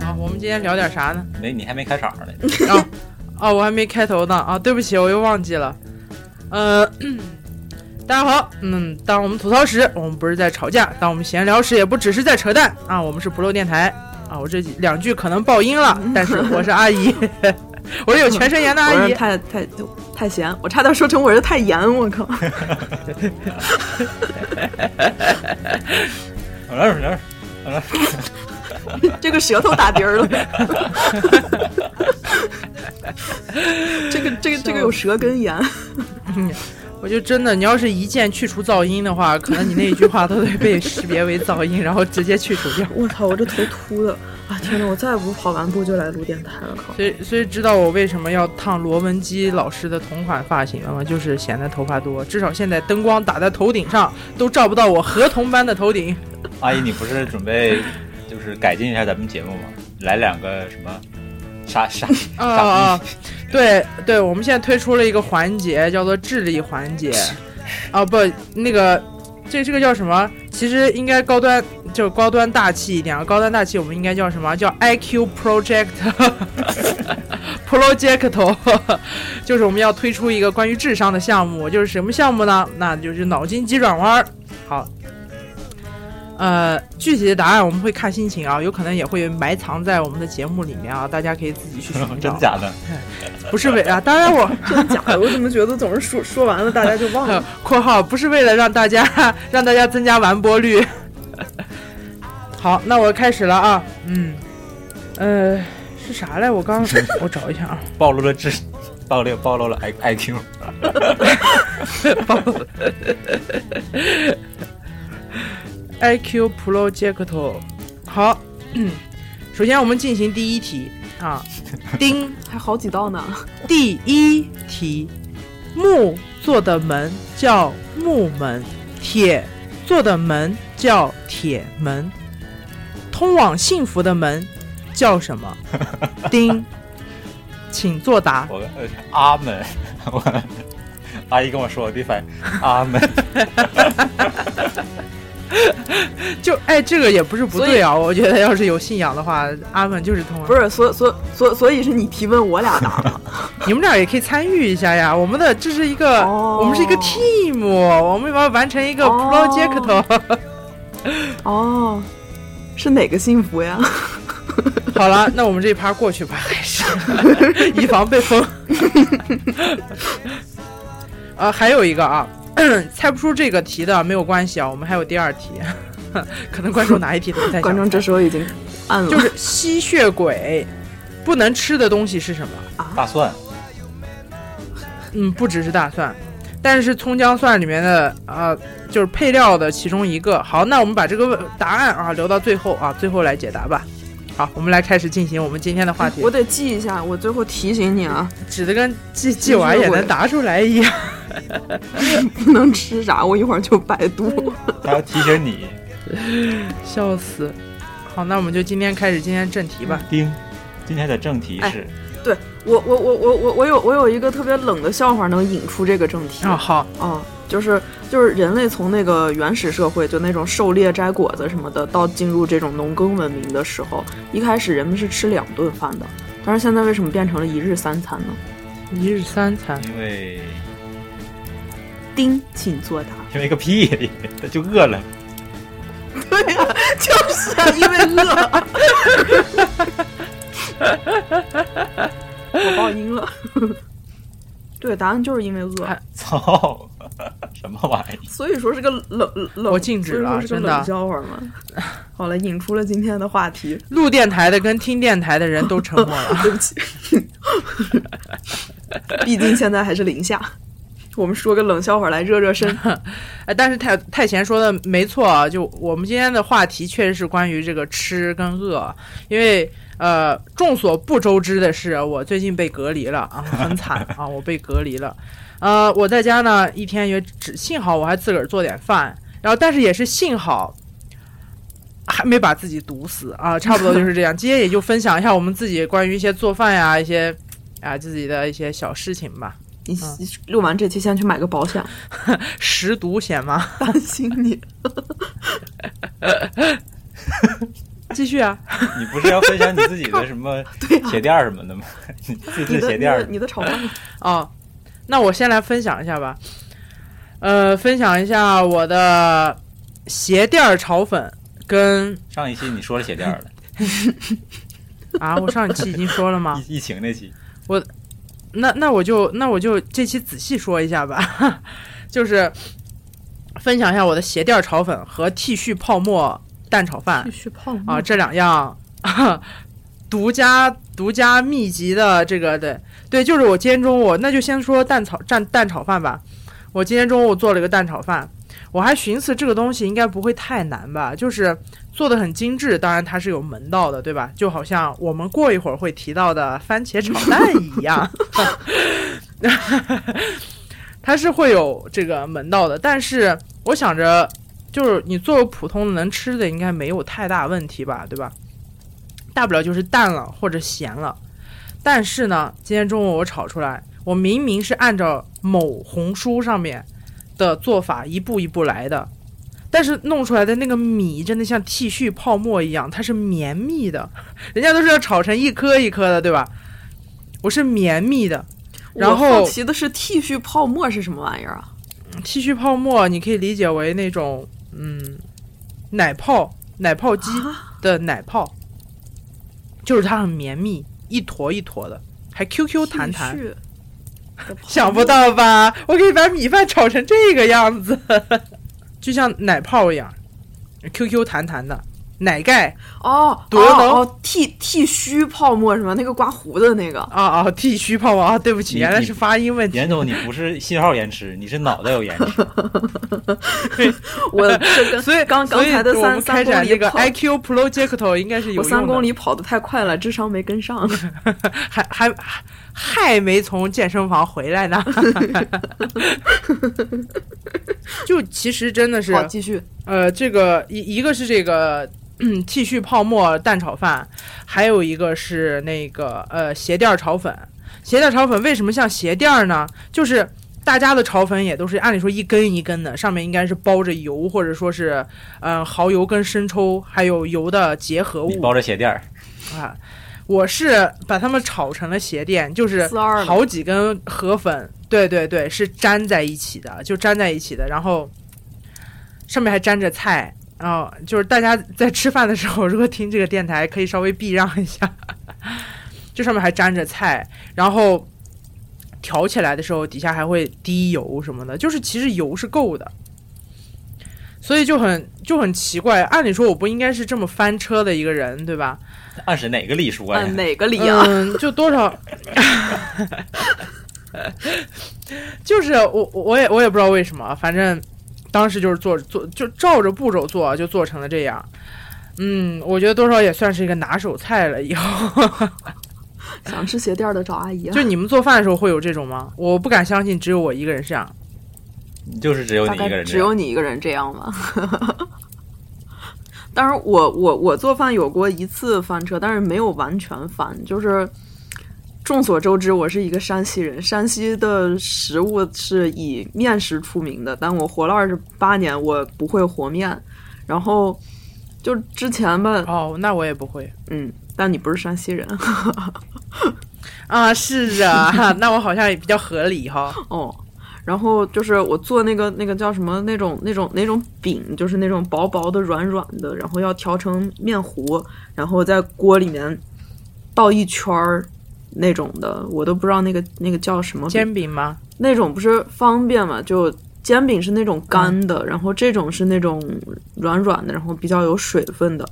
啊，我们今天聊点啥呢？没，你还没开场呢。 啊，啊，我还没开头呢啊，对不起，我又忘记了。呃， 大家好，嗯，当我们吐槽时，我们不是在吵架；当我们闲聊时，也不只是在扯淡啊。我们是不漏电台啊。我这两句可能爆音了，但是我是阿姨， 我是有全身炎的我阿是姨。太太太咸，我差点说成我是太盐，我靠！聊点聊点，这个舌头打底儿了。 这个这个这个有舌根炎，我就真的，你要是一键去除噪音的话，可能你那一句话都得被识别为噪音，然后直接去除掉。我操！我这头秃的啊！天哪，我再不跑完步就来录电台了，靠！所以，所以知道我为什么要烫罗文基老师的同款发型了吗？就是显得头发多，至少现在灯光打在头顶上都照不到我合同般的头顶。阿姨，你不是准备就是改进一下咱们节目吗？来两个什么啥啥啊傻逼啊！ 对对，我们现在推出了一个环节，叫做智力环节。啊不，那个这这个叫什么？其实应该高端，就是高端大气一点啊。高端大气我们应该叫什么？叫 IQ Project Project，就是我们要推出一个关于智商的项目。就是什么项目呢？那就是脑筋急转弯儿。好。呃，具体的答案我们会看心情啊，有可能也会埋藏在我们的节目里面啊，大家可以自己去寻找 真。假的？啊不是为啊，当然我 假的，我怎么觉得总是说说完了大家就忘呃了？ （括号不是为了让大家 让大家增加完播率） 好，那我开始了啊，嗯，呃，是啥来？我刚 我找一下啊，暴露了智，暴露暴露了 I I Q。 IQ Project。好，嗯首先我们进行第一题啊，丁 还好几道呢。第一题，木做的门叫木门，铁做的门叫铁门，通往幸福的门叫什么？丁，请作答。我呃阿门，我阿姨跟我说，我第一反应阿门。就哎，这个也不是不对啊，我觉得要是有信仰的话，阿门就是通往 不。是，所所所所以是你提问，我俩 答嘛。你们俩也可以参与一下呀，我们的这是一个，哦我们是一个 team，我们要完成一个哦 project。哦，是哪个幸福呀？好了，那我们这一趴过去吧，还是以防被封。 啊，还有一个啊， 猜不出这个题的没有关系啊，我们还有第二题， 可能观众哪一题都不太想猜 观众这时候已经按了，就是吸血鬼不能吃的东西是什么？大蒜，嗯，不只是大蒜，但是葱姜蒜里面的啊、呃就是配料的其中一个。好，那我们把这个问答案啊留到最后啊，最后来解答吧。好，我们来开始进行我们今天的话题。我得记一下，我最后提醒你啊。指的跟记记完也能答出来一样。不能吃啥，我一会儿就百度。他要提醒你， 笑死！好，那我们就今天开始今天正题吧。丁，今天的正题是对我，我我我我我有我有一个特别冷的笑话能引出这个正题啊、好，啊就是就是人类从那个原始社会，就那种狩猎摘果子什么的，到进入这种农耕文明的时候，一开始人们是吃两顿饭的，但是现在为什么变成了一日三餐呢？一日三 餐。因为丁，请作答。因为个屁，他就饿了。对呀、就是、啊、因为 饿。我爆音了。对，答案就是因为饿。操，什么玩意？所以说是个冷冷，我禁止了所以说是个真的冷笑话嘛。好了，引出了今天的话题，录电台的跟听电台的人都沉默了。对不起， 毕竟现在还是零下，我们说个冷笑话来热热身。哎，但是太太贤说的没错啊，就我们今天的话题确实是关于这个吃跟饿，啊因为呃，众所不周知的是，啊我最近被隔离了啊，很惨啊，我被隔离了。呃，我在家呢一天也只幸好我还自个儿做点饭，然后但是也是幸好。还没把自己毒死啊，差不多就是这样。今天也就分享一下我们自己关于一些做饭呀、一些啊自己的一些小事情吧。你录完这期先去买个保险，食毒险吗？ 担心你。继续啊，你不是要分享你自己的什么 对啊鞋垫儿什么的吗？ 你自你制的鞋你垫的儿，你的炒饭 呢，哦，那我先来分享一下吧，呃，分享一下我的鞋垫儿炒粉跟上一期你说了鞋垫儿了，啊，我上一期已经说了 啊吗？疫疫情那期，那那我就那我就这期仔细说一下吧， 就是分享一下我的鞋垫儿炒粉和 T 恤泡沫蛋炒饭必。须泡啊，这两样独家独家秘籍的这个对对，就是我今天中午那就先说蛋炒蛋蛋炒饭吧。我今天中午做了一个蛋炒饭，我还寻思这个东西应该不会太难吧，就是做的很精致，当然它是有门道的，对吧？就好像我们过一会儿会提到的番茄炒蛋一样， 它是会有这个门道的。但是我想着就是你做普通的能吃的，应该没有太大问题吧，对吧？大不了就是淡了或者咸了。但是呢，今天中午我炒出来，我明明是按照某红书上面的做法一步一步来的，但是弄出来的那个米真的像 T 恤泡沫一样，它是绵密的， 人家都是要炒成一颗一颗的，对吧？我是绵密的，然后我好奇的是 T 恤泡沫是什么玩意儿啊？ T 恤泡沫，你可以理解为那种嗯奶泡奶泡机啊的奶泡，就是它很绵密，一坨一坨的，还 QQ 弹弹。 T 恤的泡沫 想不到吧？我可以把米饭炒成这个样子， 就像奶泡一样，QQ 弹弹的奶盖哦，多哦能哦剃剃须泡沫是吧？那个刮胡子那个，啊啊！T 恤泡沫啊，对不起，你原来是发音问题。严总，你不是信号延迟，你是脑袋有延迟。 我这跟所以刚刚所以才的我三们三开公展这里个跑， IQ Project 应该是有用我的。三公里跑得太快了，智商没跟上。还还还还没从健身房回来 呢。 就其实真的是好，继续。呃，这个一一个是这个嗯 T 恤泡沫蛋炒饭，还有一个是那个呃鞋垫儿炒粉。鞋垫儿炒粉为什么像鞋垫儿呢？就是大家的炒粉也都是按理说一根一根的，上面应该是包着油或者说是嗯、呃蚝油跟生抽还有油的结合哦你物包着鞋垫儿，啊，我是把它们炒成了鞋垫，就是四二了好几根河粉，对对对，是粘在一起的，就粘在一起的，然后上面还粘着菜。然后就是大家在吃饭的时候，如果听这个电台，可以稍微避让一下。 这上面还粘着菜，然后调起来的时候，底下还会滴油什么的，就是其实油是够的，所以就很就很奇怪。按理说我不应该是这么翻车的一个人，对吧？按是哪个礼说呀按？哪个里啊？嗯，就多少，就是我我也我也不知道为什么，啊反正当时就是做做就照着步骤做，啊就做成了这样。嗯，我觉得多少也算是一个拿手菜了。以后 想吃鞋垫的找阿姨啊嗯就。你们做饭的时候会有这种吗？我不敢相信只有我一个人这样。你就是只有你大一个概人只这样，有你一个人这样吧。 当然我，我我做饭有过一次翻车，但是没有完全翻。就是众所周知，我是一个山西人，山西的食物是以面食出名的。但我活了二十八年，我不会和面。然后就之前吧，哦，那我也不会嗯，但你不是山西人啊。是啊， 那我好像也比较合理哈。哦。然后就是我做那个那个叫什么那种那种那种饼，就是那种薄薄的、软软的，然后要调成面糊，然后在锅里面倒一圈儿那种的，我都不知道那个那个叫什么饼。煎饼吗？那种不是方便嘛？就煎饼是那种干的，然后这种是那种软软的，然后比较有水分的。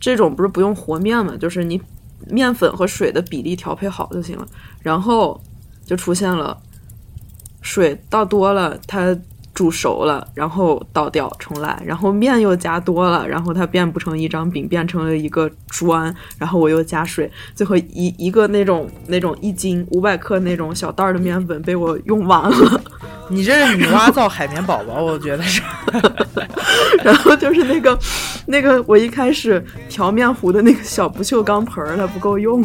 这种不是不用和面嘛？就是你面粉和水的比例调配好就行了。然后就出现了水倒多了，它煮熟了，然后倒掉重来，然后面又加多了，然后它变不成一张饼，变成了一个砖，然后我又加水，最后一一个那种那种一斤五百克那种小袋儿的面粉被我用完了， 你这是女娲造海绵宝宝，我觉得是。然后就是那个那个我一开始调面糊的那个小 不锈钢盆儿它不够用，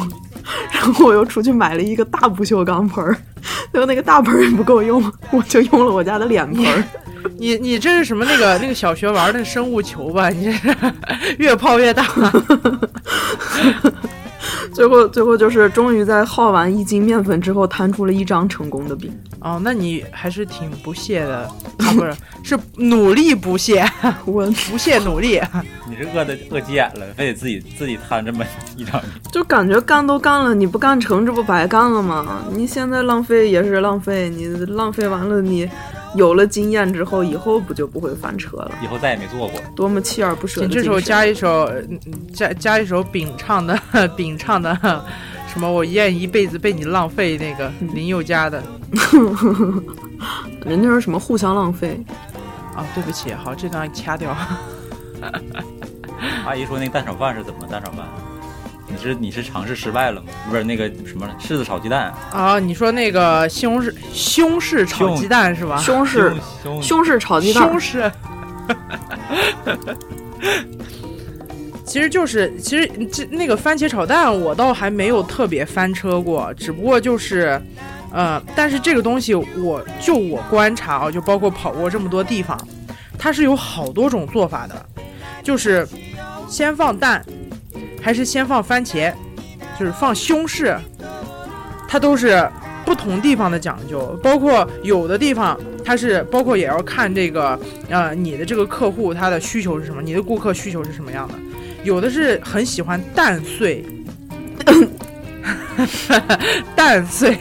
然后我又出去买了一个大不锈钢盆儿，最后那个大盆儿也不够用，我就用了我家的脸盆儿。你你这是什么那 个那个小学玩的生物球吧？ 你这是越泡越大。 最后最后就是终于在耗完一斤面粉之后，摊出了一张成功的饼。哦，那你还是挺不懈的，啊、不是是努力不懈，我不懈努力。你这饿的饿急眼了，非得自己自己摊这么一张饼。就感觉干都干了，你不干成，这不白干了吗？你现在浪费也是浪费，你浪费完了，你有了经验之后，以后不就不会翻车了？以后再也没做过。多么锲而不舍的你精这神！时候加一首，嗯加加一首饼唱的饼唱的什么？我愿一辈子被你浪费。那个林宥嘉的人家说什么互相浪费，啊，对不起，好，这段掐掉。阿姨说那个蛋炒饭是怎么蛋炒饭？啊你是你是尝试失败了吗？不是那个什么柿子炒鸡蛋，啊，你说那个西红柿西红柿炒鸡蛋是吧？西红柿胸西红柿炒鸡西蛋红，柿。 其实就是，其实这那个番茄炒蛋，我倒还没有特别翻车过，只不过就是，呃，但是这个东西我就我观察啊，就包括跑过这么多地方，它是有好多种做法的，就是先放蛋，还是先放番茄，就是放西红柿，它都是不同地方的讲究，包括有的地方它是包括也要看这个呃你的这个客户他的需求是什么，你的顾客需求是什么样的，有的是很喜欢蛋 碎，蛋碎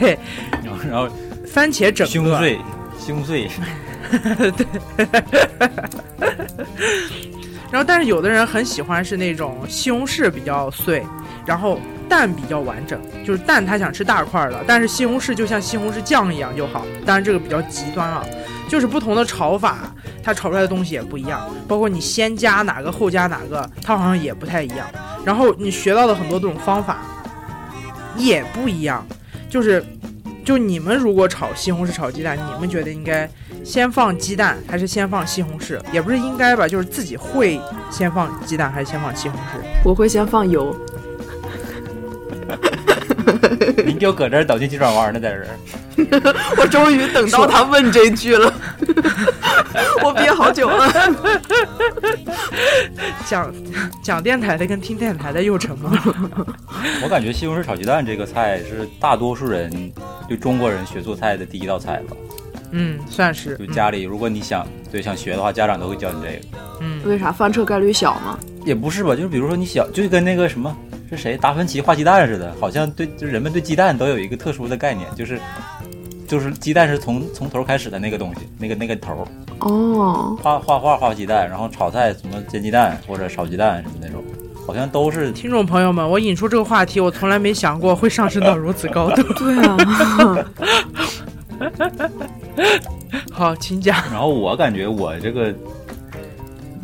然后然后番茄整个胸碎胸碎，然后，但是有的人很喜欢是那种西红柿比较碎，然后蛋比较完整，就是蛋他想吃大块儿的，但是西红柿就像西红柿酱一样就好。当然这个比较极端啊，就是不同的炒法，它炒出来的东西也不一样，包括你先加哪个后加哪个，它好像也不太一样。然后你学到的很多这种方法也不一样，就是。就你们如果炒西红柿炒鸡蛋，你们觉得应该先放鸡蛋还是先放西红柿？也不是应该吧，就是自己会先放鸡蛋还是先放西红柿？我会先放油。你给我搁这儿倒进急转弯呢，在这儿。我终于等到他问这句 了，我憋好久了。讲 讲电台的跟听电台的又沉默 了。我感觉西红柿炒鸡蛋这个菜是大多数人就中国人学做菜的第一道菜吧。嗯，算是。就家里，如果你想对想学的话，家长都会教你这个。嗯，嗯为啥翻车概率小嘛？也不是吧，就是比如说你小，就跟那个什么是谁达芬奇画鸡蛋似的，好像对就人们对鸡蛋都有一个特殊的概念，就是就是鸡蛋是从从头开始的那个东西，那个那个头儿哦，画画画画鸡蛋，然后炒菜什么煎鸡蛋或者炒鸡蛋什么那种，好像都是听众朋友们，我引出这个话题，我从来没想过会上升到如此 高度。对 啊，好，请讲。然后我感觉我这个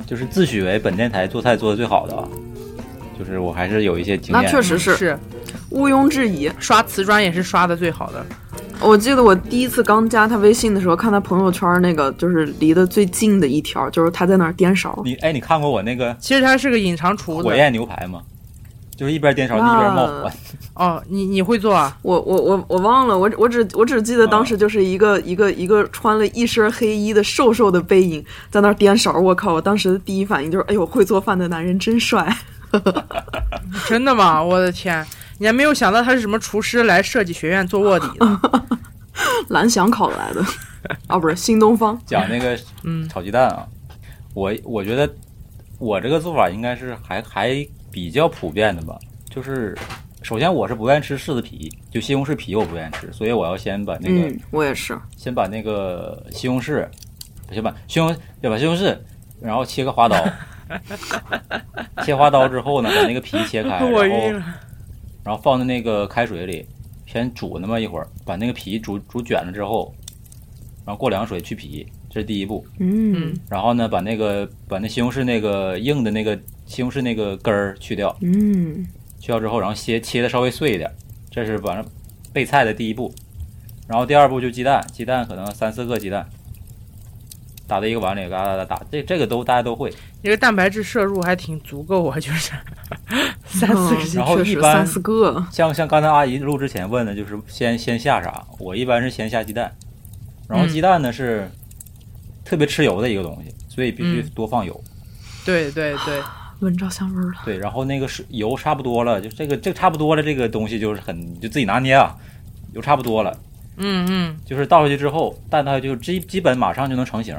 就是自诩为本电台做菜做的最好的，啊，就是我还是有一些经那验。确实是是毋庸置疑。嗯刷瓷砖也是刷的最好的。我记得我第一次刚加他微信的时候，看他朋友圈那个就是离得最近的一条，就是他在那儿颠勺。你哎，你看过我那个其实他是个隐藏厨火子。焰牛排吗？就是一边颠勺一边冒火，哦，你你会做啊？我我我我忘了，我我只我只记得当时就是一个、一个一个穿了一身黑衣的瘦瘦的背影在那儿颠勺。我靠！我当时的第一反应就是，哎呦，会做饭的男人真帅。 真的吗？我的天，你还没有想到他是什么厨师来设计学院做卧底 的？蓝翔考来 的，啊，不是新东方。讲那个 嗯炒鸡蛋啊。我我觉得我这个做法应该是还还比较普遍的吧。就是首先我是不愿意吃柿子皮，就西红柿皮我不愿意吃，所以我要先把那个、嗯，我也是。先把那个西红柿，先把西红要把西红柿，然后切个花刀，切花刀之后呢，把那个皮切哎开，然我晕后了。然后放在那个开水里，先煮那么一会儿，把那个皮煮煮卷了之后，然后过凉水去皮，这是第一步。嗯嗯然后呢，把那个把那西红柿那个硬的那个西红柿那个根儿去掉，嗯，去掉之后，然后切切的稍微碎一点，这是反正备菜的第一步。然后第二步就鸡蛋，鸡蛋可能三四个鸡蛋，打在一个碗里，嘎哒哒打，这这个都大家都会。你这个蛋白质摄入还挺足够啊，就是 三四个嗯星期然后确一实般三四个，像像刚才阿姨录之前问的，就是先先下啥？我一般是先下鸡蛋，然后嗯鸡蛋呢是特别吃油的一个东西，所以必须嗯多放油。对对对，闻着香味儿了。对，然后那个是油差不多了，就这个这个差不多了，这个东西就是很你就自己拿捏啊，油差不多了，嗯嗯就是倒下去之后，蛋它就基基本马上就能成型，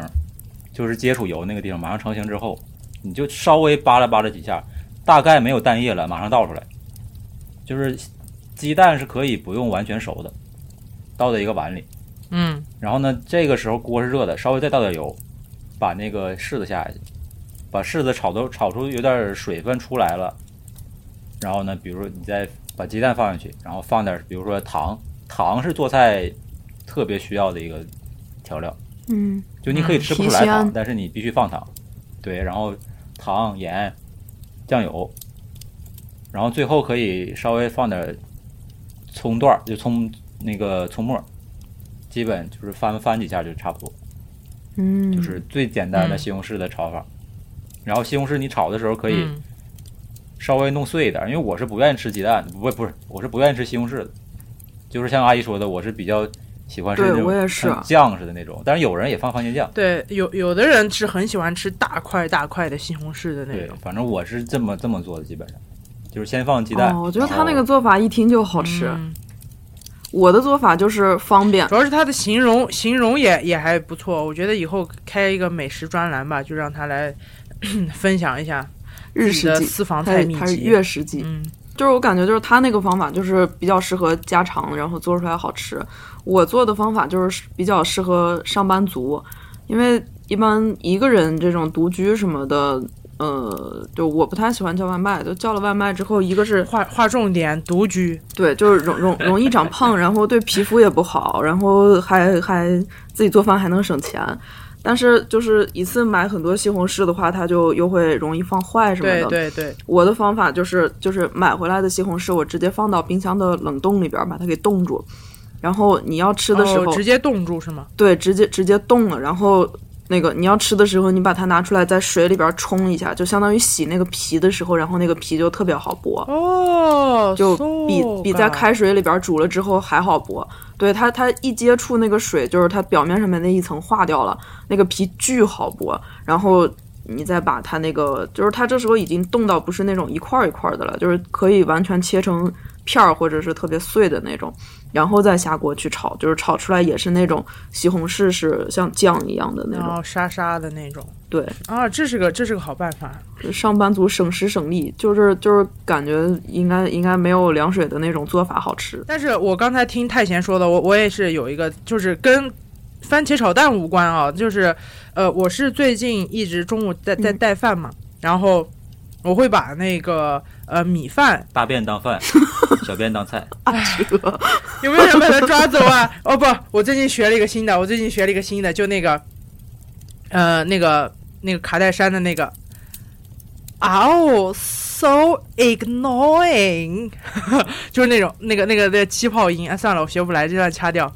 就是接触油那个地方马上成型之后，你就稍微扒拉扒拉几下，大概没有蛋液了，马上倒出来。就是鸡蛋是可以不用完全熟的，倒在一个碗里，嗯然后呢，这个时候锅是热的，稍微再倒点油，把那个柿子下下去，把柿子炒都炒出有点水分出来了，然后呢，比如说你再把鸡蛋放进去，然后放点，比如说糖，糖是做菜特别需要的一个调料，嗯，就你可以吃不出提来鲜糖，但是你必须放糖，对，然后糖、盐、酱油，然后最后可以稍微放点葱段儿，就葱那个葱末儿，基本就是翻翻几下就差不多，嗯，就是最简单的嗯西红柿的炒法。然后西红柿你炒的时候可以嗯稍微弄碎一点儿，因为我是不愿意吃鸡蛋，不不是，我是不愿意吃西红柿的，就是像阿姨说的，我是比较喜欢吃对那种我也是像酱似的那种，但是有人也放番茄酱。对，有有的人是很喜欢吃大块大块的西红柿的那对种，，反正我是这么这么做的，基本上就是先放鸡蛋。哦，我觉得然他后那个做法一听就好吃。嗯我的做法就是方便，主要是它的形容形容也也还不错，我觉得以后开一个美食专栏吧，就让他来 分享一下日自己的食记，私房它菜是秘它是籍。月食记，嗯就是我感觉就是他那个方法就是比较适合家常，然后做出来好吃。我做的方法就是比较适合上班族，因为一般一个人这种独居什么的，呃，就我不太喜欢叫外卖，就叫了外卖之后，一个是划划重点，独居。对，就是容容容易长胖，然后对皮肤也不好，然后还还自己做饭还能省钱。但是就是一次买很多西红柿的话，它就又会容易放坏什么的。对对对，我的方法就是就是买回来的西红柿，我直接放到冰箱的冷冻里边儿，把它给冻住。然后你要吃的时候，哦、直接冻住是吗？对，直接直接冻了。然后那个你要吃的时候，你把它拿出来，在水里边儿冲一下，就相当于洗那个皮的时候，然后那个皮就特别好剥。哦，就搜比比在吧开水里边煮了之后还好剥。对它，它一接触那个水，就是它表面上面那一层化掉了，那个皮巨好剥。然后你再把它那个，就是它这时候已经冻到不是那种一块儿一块儿的了，就是可以完全切成片儿或者是特别碎的那种，然后再下锅去炒，就是炒出来也是那种西红柿是像酱一样的那然种。后沙沙的那种对，啊，这是个这是个好办法。上班族省时省力，就是就是感觉应该应该没有凉水的那种做法好吃。 但是我刚才听太贤说的，我我也是有一个，就是跟番茄炒蛋无关啊，就是呃，我是最近一直中午在在嗯带饭嘛，然后我会把那个呃米饭，大便 当饭，小便当菜，啊有没有人把它抓走啊？ 哦不，我最近学了一个新的，我最近学了一个新的，就那个呃那个那个卡戴珊的那个。哦、so annoying，就是那种那个那个那个气泡音。啊，算了，我学不来，这段掐掉。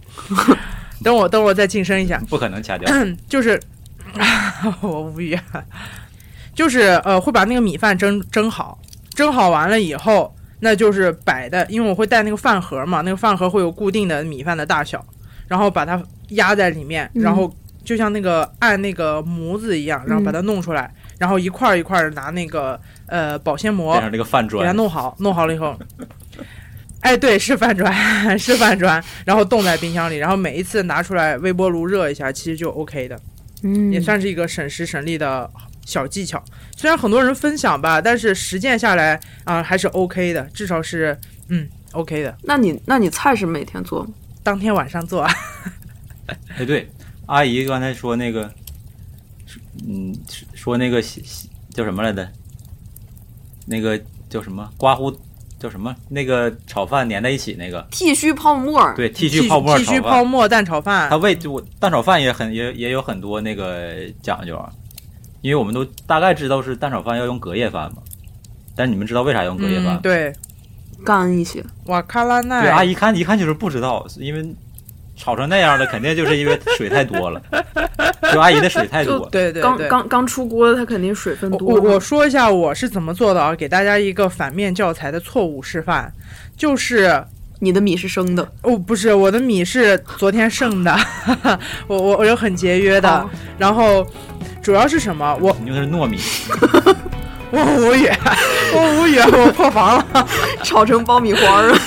等我等我再晋升一下。不可能掐掉。就是 我无语、啊，就是呃会把那个米饭蒸蒸好，蒸好完了以后，那就是摆的，因为我会带那个饭盒嘛，那个饭盒会有固定的米饭的大小，然后把它压在里面，嗯然后就像那个按那个模子一样，然后把它弄出来，然后一块儿一块儿拿那个呃保鲜膜变成这个饭给它砖，弄好，弄好了以后，哎，对，是饭砖， 是饭砖，然后冻在冰箱里，然后每一次拿出来微波炉热一下，其实就 OK 的，嗯，也算是一个省时省力的小技巧。虽然很多人分享吧，但是实践下来啊、还是 OK 的，至少是嗯 OK 的。那你那你菜是每天做吗？当天晚上做啊，哎，对，阿姨刚才说那个，嗯，说那个西西叫什么来着？那个叫什么？刮胡叫什么？那个炒饭粘在一起那个，剃须泡沫儿，对，剃须泡沫剃炒须泡饭。沫蛋炒饭它，味就我蛋炒饭也很也也有很多那个讲究啊，因为我们都大概知道是蛋炒饭要用隔夜饭嘛，但是你们知道为啥用隔夜饭吗嗯，？对，干一些。瓦卡拉对，阿奈，姨看一看就是不知道，因为炒成那样的，肯定就是因为水太多了，就阿姨的水太多了。对对刚对。刚刚出锅，它肯定水分我多我嘛。我说一下我是怎么做的啊，给大家一个反面教材的错误示范，就是你的米是生的，哦，不是我的米是昨天剩的， 我我我就很节约的，哦然后主要是什么？我你用的是糯米，我无语，我无语，我破防了。炒成爆米花儿。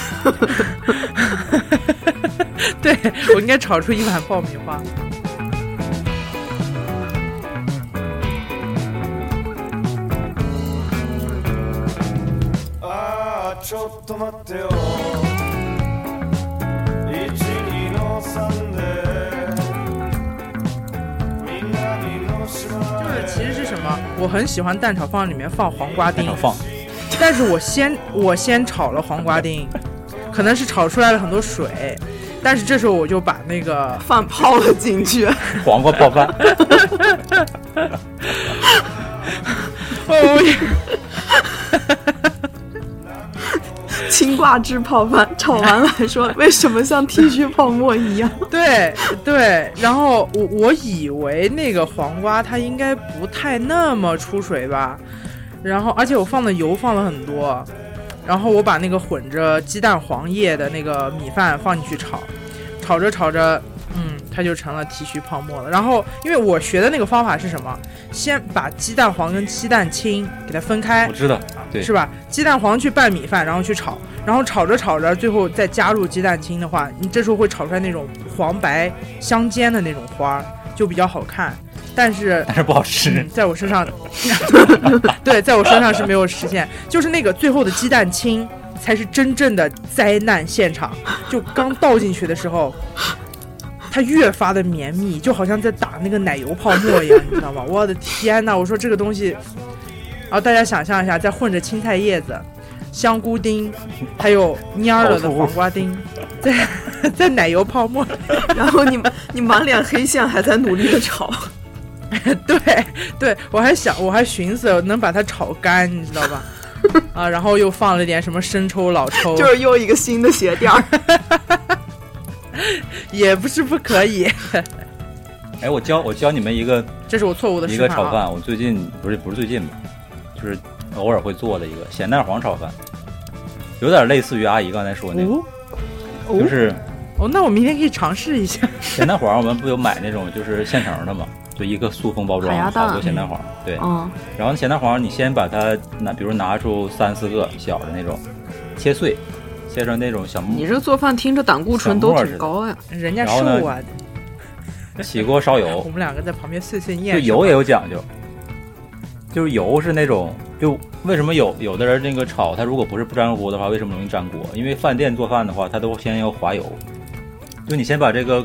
对我应该炒出一碗爆米花。ああちょっと待ってよ1 2の3で南の島就是其实是什么？我很喜欢蛋炒饭里面放黄瓜蛋丁炒，放，但是我先我先炒了黄瓜丁，可能是炒出来了很多水，但是这时候我就把那个饭泡了进去，黄瓜泡饭，哦我也青挂制泡饭炒完来说，为什么像 T 恤泡沫 一样？对对，然后我我以为那个黄瓜它应该不太那么出水吧，然后而且我放的油放了很多，然后我把那个混着鸡蛋黄液的那个米饭放进去炒，炒着炒着，嗯，它就成了提须泡沫了。然后因为我学的那个方法是什么？先把鸡蛋黄跟鸡蛋清给它分开我，知道，对是吧？鸡蛋黄去拌米饭，然后去炒，然后炒着炒着，最后再加入鸡蛋清的话，你这时候会炒出来那种黄白相间的那种花儿，就比较好看。但是但是不好吃嗯。在我身上， 对，在我身上是没有实现，就是那个最后的鸡蛋清才是真正的灾难现场。就刚倒进去的时候，它越发的绵密，就好像在打那个奶油泡沫一样，你知道吗？我的天呐，我说这个东西，然后大家想象一下，再混着青菜叶子、香菇丁，还有蔫儿了的黄瓜丁，在 在奶油泡沫然后你你满脸黑线还在努力的炒，哦对 对，我还想，我还寻思能把它炒干，你知道吧？ 啊，然后又放了点什么生抽、老抽，就是又一个新的 鞋垫儿。也不是不可以。哎，我教我教你们一个这是我错误的一示个范、啊。炒饭，我最近不是不是最近吧，就是偶尔会做的一个咸蛋黄炒饭，有点类似于阿姨刚才说的那个，哦就哦是哦，那我明天可以尝试一下。咸蛋黄，我们不有买那种就是现成的嘛，就一个塑封包装海牙，蛋好多咸蛋黄，对，哦嗯，然后咸蛋黄，你先把它拿，比如拿出三四个小的那种，切碎，切成那种小你木，这做饭听着胆固醇都挺高呀。人家然后瘦呢啊，起锅烧我油，们两个在旁边碎碎就念。油也是吧有讲究，就是油是那种，就为什么有有的人那个炒，他如果不是不粘锅的话，为什么容易粘锅？因为饭店做饭的话，他都先要滑油，就你先把这个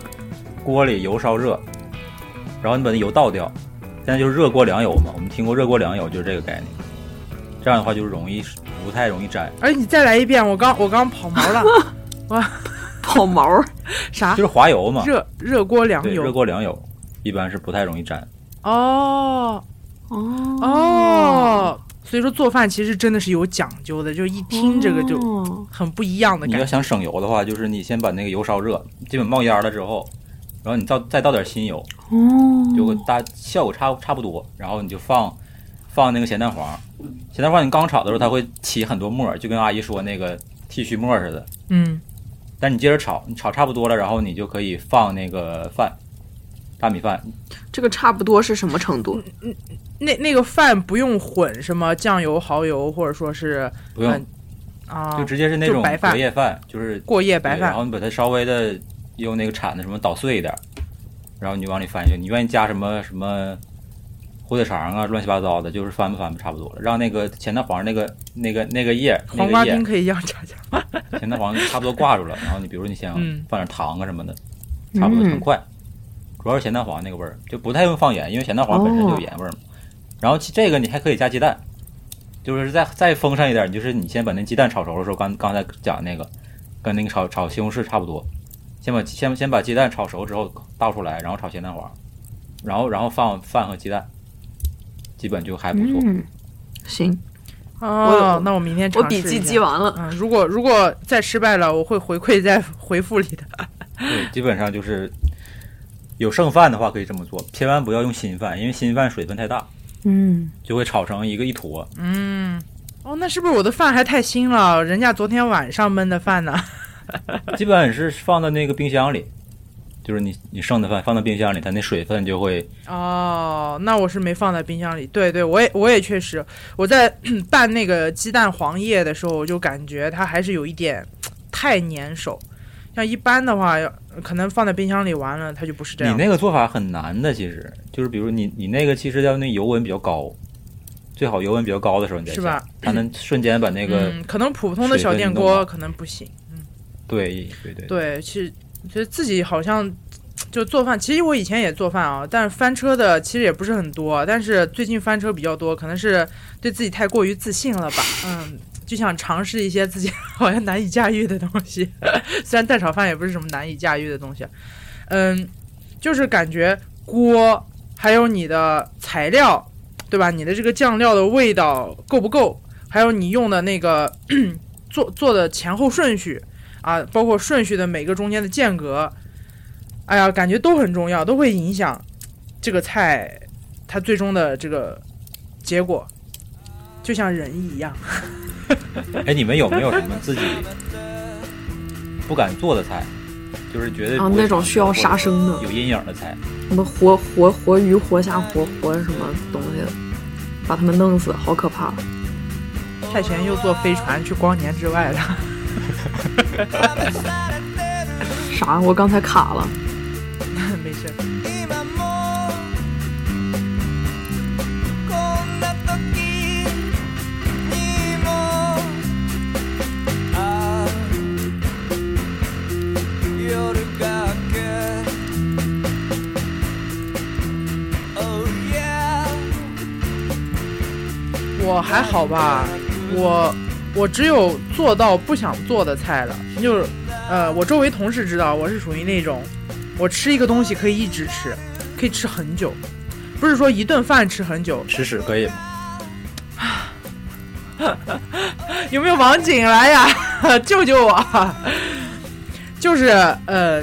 锅里油烧热，然后你把那油倒掉，现在就是热锅凉油嘛，我们听过热锅凉油就是这个概念，这样的话就容易不太容易粘。哎，你再来一遍，我刚我刚跑毛 了。泡毛儿，啥就？是滑油嘛，啊热热锅凉对，热油。锅凉油一般是不太容易粘。哦哦嗯哦，所以说做饭其实真的是有讲究的，就一听这个就哦很不一样的嗯你感要觉。想省油的话，就是你先把那个油烧热，基本冒烟了之后，然后你倒再倒点新油，就嗯哦，大效果差差不多。然后你就放放那个咸蛋黄，咸蛋黄你刚炒的时候它会起很多沫儿，就跟阿姨说那个剃须沫似的。嗯，但你接着炒，你炒差不多了，然后你就可以放那个饭，大米饭，这个差不多是什么程度？那那个饭不用混什么酱油、蚝油，或者说是不用嗯啊就直接是那就种白饭隔夜饭，就是过夜白对然饭。后你把它稍微的用那个铲子什么捣碎一点儿，然后你就往里翻一下。你愿意加什么什么火腿肠啊，乱七八糟的，就是翻吧翻吧，差不多了。让那个咸蛋黄那个那个那个叶那黄瓜个丁叶可以要炸 酱，咸蛋黄差不多挂住了。然后你比如你想嗯放点糖啊什么的，差不多很快。主要是咸蛋黄那个味儿，就不太用放盐，因为咸蛋黄本身就有盐味儿嘛。然后其这个你还可以加鸡蛋，就是再再丰盛一点，就是你先把那鸡蛋炒熟的时候，刚刚才讲那个，跟那个炒炒西红柿差不多，先把先先把鸡蛋炒熟之后倒出来，然后炒咸蛋黄，然后然后放饭和鸡蛋，基本就还不错。嗯，行，哦，那我明天尝我试一笔下记记。完了。 嗯，如果如果再失败了，我会回馈在回复里的。对，基本上就是有剩饭的话可以这么做，千万不要用新饭，因为新饭水分太大，嗯，就会炒成一个一坨。嗯，哦，那是不是我的饭还太腥了？人家昨天晚上焖的饭呢？基本是放到那个冰箱里，就是你你剩的饭放到冰箱里，它那水分就会哦，那我是没放在冰箱里。对对，我也我也确实，我在 拌那个鸡蛋黄液的时候，我就感觉它还是有一点太粘手。像一般的话，要可能放在冰箱里完了，它就不是这你样。那个做法很难的，其实就是比如你你那个其实要那油温比较高，最好油温比较高的时候你再是下吧，它能瞬间把那个、嗯，可能普通的小电水分锅弄可能不行。对对对对，其实觉得自己好像就做饭，其实我以前也做饭啊，但是翻车的其实也不是很多，但是最近翻车比较多，可能是对自己太过于自信了吧，嗯。就想尝试一些自己 好像难以驾驭的东西， 虽然蛋炒饭也不是什么难以驾驭的东西，啊嗯，就是感觉锅还有你的材料，对吧？你的这个酱料的味道够不够？还有你用的那个 做做的前后顺序，啊，包括顺序的每个中间的间隔，哎呀，感觉都很重要，都会影响这个菜它最终的这个结果，就像人一样。哎，你们有没有什么自己不敢做的菜？就是绝对然后不会啊那种尝试需要或者杀生的有阴影的菜，什么活活活鱼、活虾、活活什么东西，把他们弄死，好可怕！蔡玄又坐飞船去光年之外了， 啥？我刚才卡了。没事。今もこんな時にもああ夜が明け Oh yeah 我还好吧，我我只有做到不想做的菜了，就是呃，我周围同事知道我是属于那种，我吃一个东西可以一直吃，可以吃很久，不是说一顿饭吃很久，吃屎可以吗？有没有网警来呀？ 救救我！就是呃，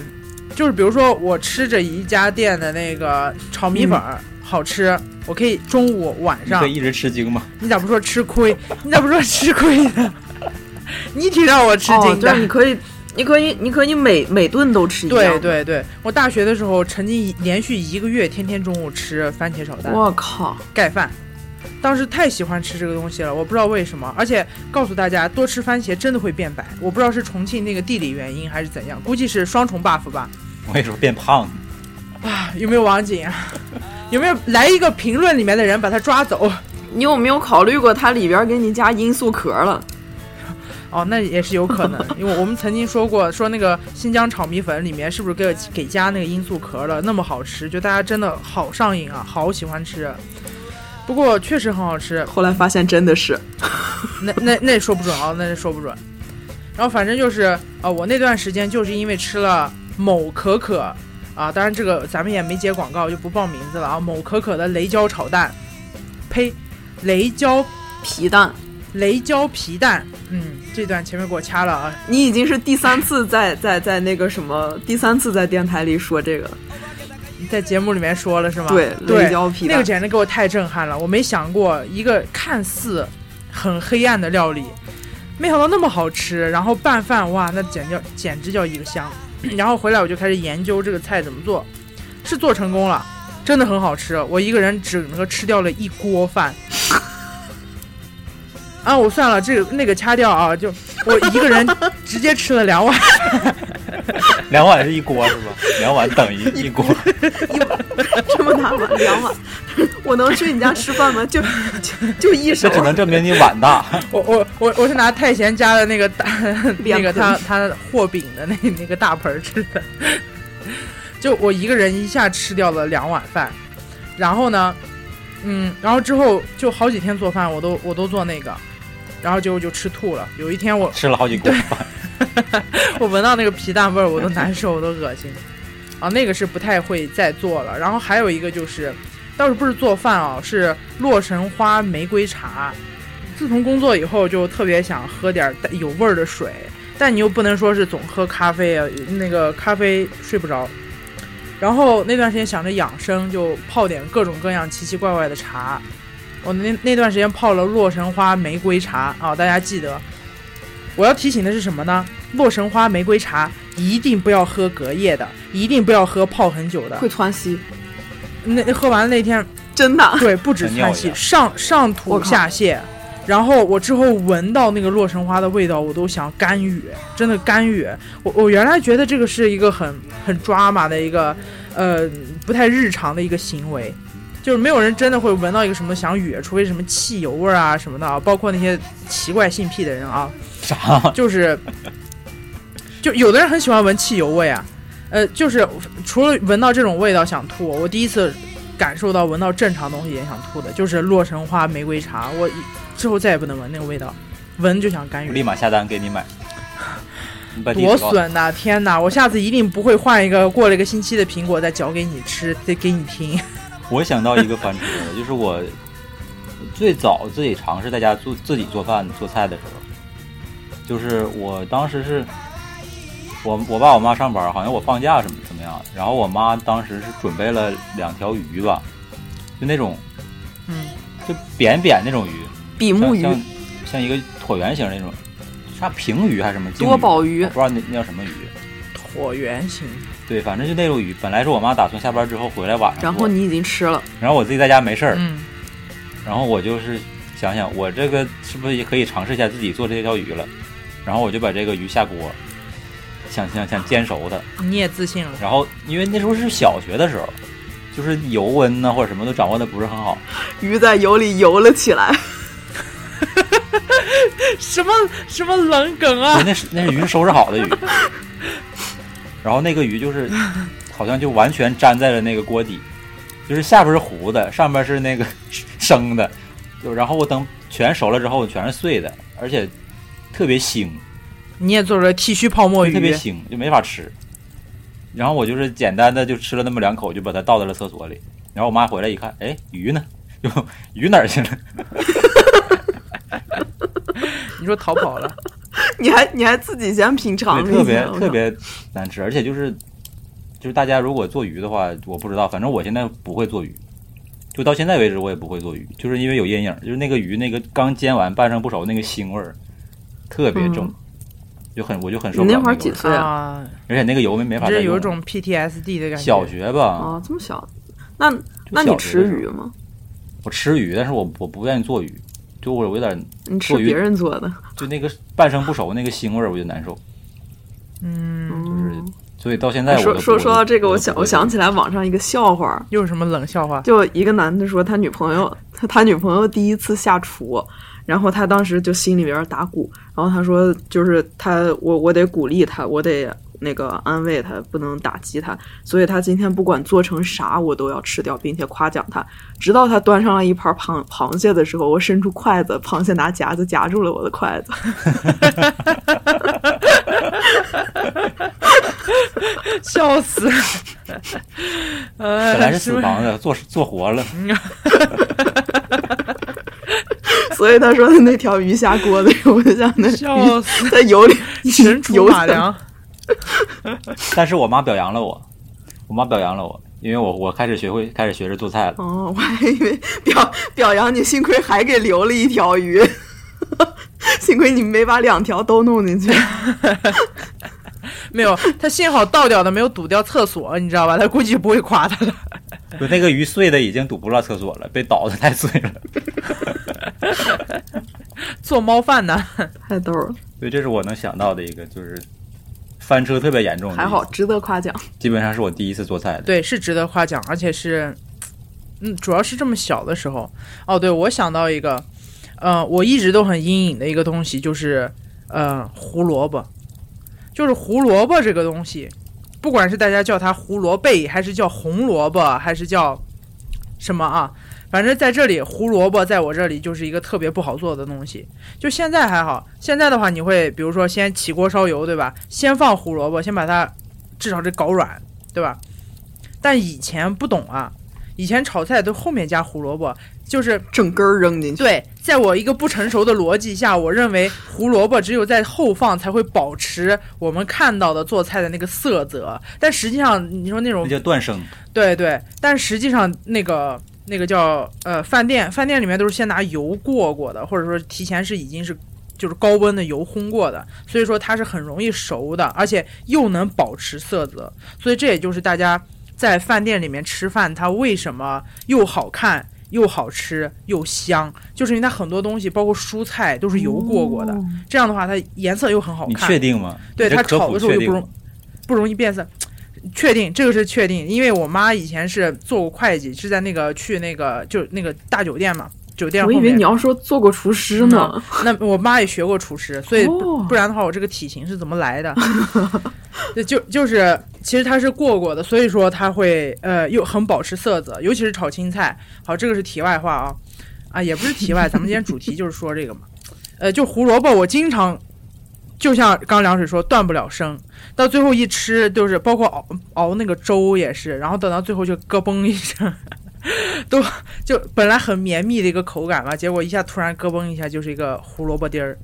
就是比如说我吃着一家店的那个炒米粉嗯儿、好吃，我可以中午晚你上可以，一直吃惊吗？你咋不说吃亏？你咋不说吃亏呢？你挺让我吃哦，惊就的。是你可以，你可以，你可以每每顿都吃一对样。，对对，我大学的时候曾经一连续一个月天天中午吃番茄炒蛋我靠，盖饭，当时太喜欢吃这个东西了，我不知道为什么。而且告诉大家，多吃番茄真的会变白，我不知道是重庆那个地理原因还是怎样，估计是双重 buff 吧。 我跟你说变胖，啊有没有网警啊？有没有来一个评论里面的人把他抓走？你有没有考虑过它里边给你加罂粟壳了？哦，那也是有可能，因为我们曾经说过，说那个新疆炒米粉里面是不是给给加那个罂粟壳了？那么好吃，就大家真的好上瘾啊，好喜欢吃。不过确实很好吃，后来发现真的是，那那那说不准啊，那说不准。然后反正就是呃，我那段时间就是因为吃了某可可啊，当然这个咱们也没接广告，就不报名字了啊。某可可的雷椒炒蛋，呸，雷椒皮蛋，雷椒皮蛋，嗯，这段前面给我掐了啊，你已经是第三次在在在那个什么，第三次在电台里说这个了。在节目里面说了是吗？对对，雷椒皮蛋那个简直给我太震撼了，我没想过一个看似很黑暗的料理，没想到那么好吃，然后拌饭哇，那简叫简直叫一个香。 然后回来我就开始研究这个菜怎么做，是做成功了，真的很好吃，我一个人整个吃掉了一锅饭。 啊，我算了，这个那个掐掉啊，就我一个人直接吃了两碗。两碗是一锅是吧？两碗等于一锅， 这么大碗，两碗，我能去你家吃饭吗？就就就一手这，只能证明你碗大。我我我我是拿太贤家的那个大那个脸盆他他和饼的那那个大盆儿吃的， 就我一个人一下吃掉了两碗饭，然后呢，嗯，然后之后就好几天做饭我都我都做那个，然后结果就吃吐了。有一天 我吃了好几锅饭，我闻到那个皮蛋味儿，我都难受，我都恶心。啊，那个是不太会再做了。然后还有一个就是，倒是不是做饭啊，是洛神花玫瑰茶。自从工作以后，就特别想喝点带有味儿的水，但你又不能说是总喝咖啡啊，那个咖啡睡不着。然后那段时间想着养生，就泡点各种各样奇奇怪怪的茶。我那那段时间泡了洛神花玫瑰茶啊，大家记得。我要提醒的是什么呢？洛神花玫瑰茶一定不要喝隔夜的，一定不要喝泡很久的会。窜稀，那那喝完了那天，真的。对，不止像窜尿一稀，样上上吐我靠下泻。然后我之后闻到那个洛神花的味道，我都想干哕，真的干哕。我我原来觉得这个是一个很很抓马的一个，呃，不太日常的一个行为，就是没有人真的会闻到一个什么想哕，除非什么汽油味儿啊什么的啊，包括那些奇怪性癖的人啊，啥？就是，就有的人很喜欢闻汽油味啊，呃，就是除了闻到这种味道想吐，我第一次感受到闻到正常东西也想吐的，就是洛神花玫瑰茶，我以之后再也不能闻那个味道，闻就想干我哕，立马下单给 你买。你把地址多告诉我损呐、天呐，我下次一定不会换一个过了一个星期的苹果再嚼给你吃，再给你听。 我想到一个翻车的，就是我最早自己尝试在家做自己做饭做菜的时候，就是我当时是我我爸我妈上班，好像我放假什么什么样，然后我妈当时是准备了两条鱼吧，就那种嗯，就扁扁那种鱼，比目像鱼、像像一个椭圆形那种，啥平鱼还是什么鲸多宝鱼我不知道那那叫什么鱼。椭圆形，对，反正就那种鱼，本来是我妈打算下班之后回来晚上做，然后你已经吃了，然后我自己在家没事儿，嗯，然后我就是想想，我这个是不是也可以尝试一下自己做这条鱼了？然后我就把这个鱼下锅，想想想煎熟它。你也自信了，然后因为那时候是小学的时候，就是油温呐或者什么都掌握的不是很好，鱼在油里游了起来， 什么什么冷梗所啊以！那是那是鱼是收拾好的鱼。然后那个鱼就是好像就完全粘在了那个锅底，就是下边是糊的，上边是那个 生的。就然后我等全熟了之后，全是碎的，而且特别腥。你也做了剃须泡沫特别鱼，腥，就没法吃。然后我就是简单的就吃了那么两口，就把它倒在了厕所里。然后我妈回来一看，哎，鱼呢？ 就鱼哪儿去了？你说逃 跑了。你还你还自己先品尝对，了特一别下，我特靠别难吃，而且就是就是大家如果做鱼的话，我不知道，反正我现在不会做鱼，就到现在为止我也不会做鱼，就是因为有阴影，就是那个鱼那个刚煎完半生不熟那个腥味儿特别重，嗯就很我就很受你不了那会儿个几味儿岁啊？啊，而且那个油没没你法这再有一用了种 PTSD 的感觉。小学吧，哦，这么小，那那啊小你学的吃时候鱼吗？我吃鱼，但是我我不愿意做鱼，就我有点你吃做鱼别人做的，就那个半生不熟那个腥味儿，我就难受。嗯，就是嗯所以到现在我说都说不说到这个，我想我想，都起来网上一个笑话儿，又有什么冷笑话？就一个男的说他女朋友他他女朋友第一次下厨，然后他当时就心里边打鼓，然后他说就是他我我得鼓励他，我得那个安慰他，不能打击他，所以他今天不管做成啥我都要吃掉，并且夸奖他，直到他端上来一盘螃螃蟹的时候，我伸出筷子，螃蟹拿夹子夹住了我的筷子， 笑 死！不会做鱼本本来呃是死螃蟹，做做活了，所以他说他那条鱼下锅的时候，我就像那 鱼笑死，在油里神厨游马起来良。但是我妈表扬了我，我妈表扬了我，因为我我开始学会开始学着做菜了。哦，我还以为表表扬你，幸亏还给留了一条鱼， 幸亏你没把两条都弄进去。没有，他幸好倒掉的没有堵掉厕所，你知道吧？他估计不会夸他的。 就那个鱼碎的已经堵不了厕所了，被倒的太碎了。 做猫饭呢？ 太逗了，所以这是我能想到的一个，就是翻车特别严重的。还好，值得夸奖。基本上是我第一次做菜的。对，是值得夸奖，而且是，嗯，主要是这么小的时候。哦，对，我想到一个，呃，我一直都很阴影的一个东西，就是呃，胡萝卜，就是胡萝卜这个东西，不管是大家叫它胡萝卜，还是叫红萝卜，还是叫什么啊，反正在这里胡萝卜在我这里就是一个特别不好做的东西。就现在还好，现在的话你会比如说先起锅烧油，对吧？先放胡萝卜，先把它至少得搞软，对吧？但以前不懂啊，以前炒菜都后面加胡萝卜，就是整根儿扔进去，对在我一个不成熟的逻辑下，我认为胡萝卜只有在后放才会保持我们看到的做菜的那个色泽，但实际上你说那种那叫断生。对对，但实际上那个那个叫呃饭店，饭店里面都是先拿油过过的，或者说提前是已经是就是高温的油烘过的，所以说它是很容易熟的，而且又能保持色泽，所以这也就是大家在饭店里面吃饭，它为什么又好看。又好吃又香，就是因为它很多东西，包括蔬菜都是油过过的。哦这样的话，它颜色又很好你看。确定吗？对你这它科炒普的时候确就定不吗不容易变色。确定这个是确定，因为我妈以前是做过会计，是在那个去那个就那个大酒店嘛，酒店后我以面。为你要说做过厨师呢，那我妈也学过厨师，所以不,、哦不然的话，我这个体型是怎么来的？ 对就就是，其实它是过过的，所以说它会呃又很保持色泽，尤其是炒青菜。好，这个是题外话啊啊，也不是题外，咱们今天主题就是说这个嘛。呃，就胡萝卜，我经常就像刚凉水说，断不了生，到最后一吃就是包括熬熬那个粥也是，然后等到最后就咯嘣一声。都就本来很绵密的一个口感嘛，结果一下突然咯嘣一下就是一个胡萝卜丁儿，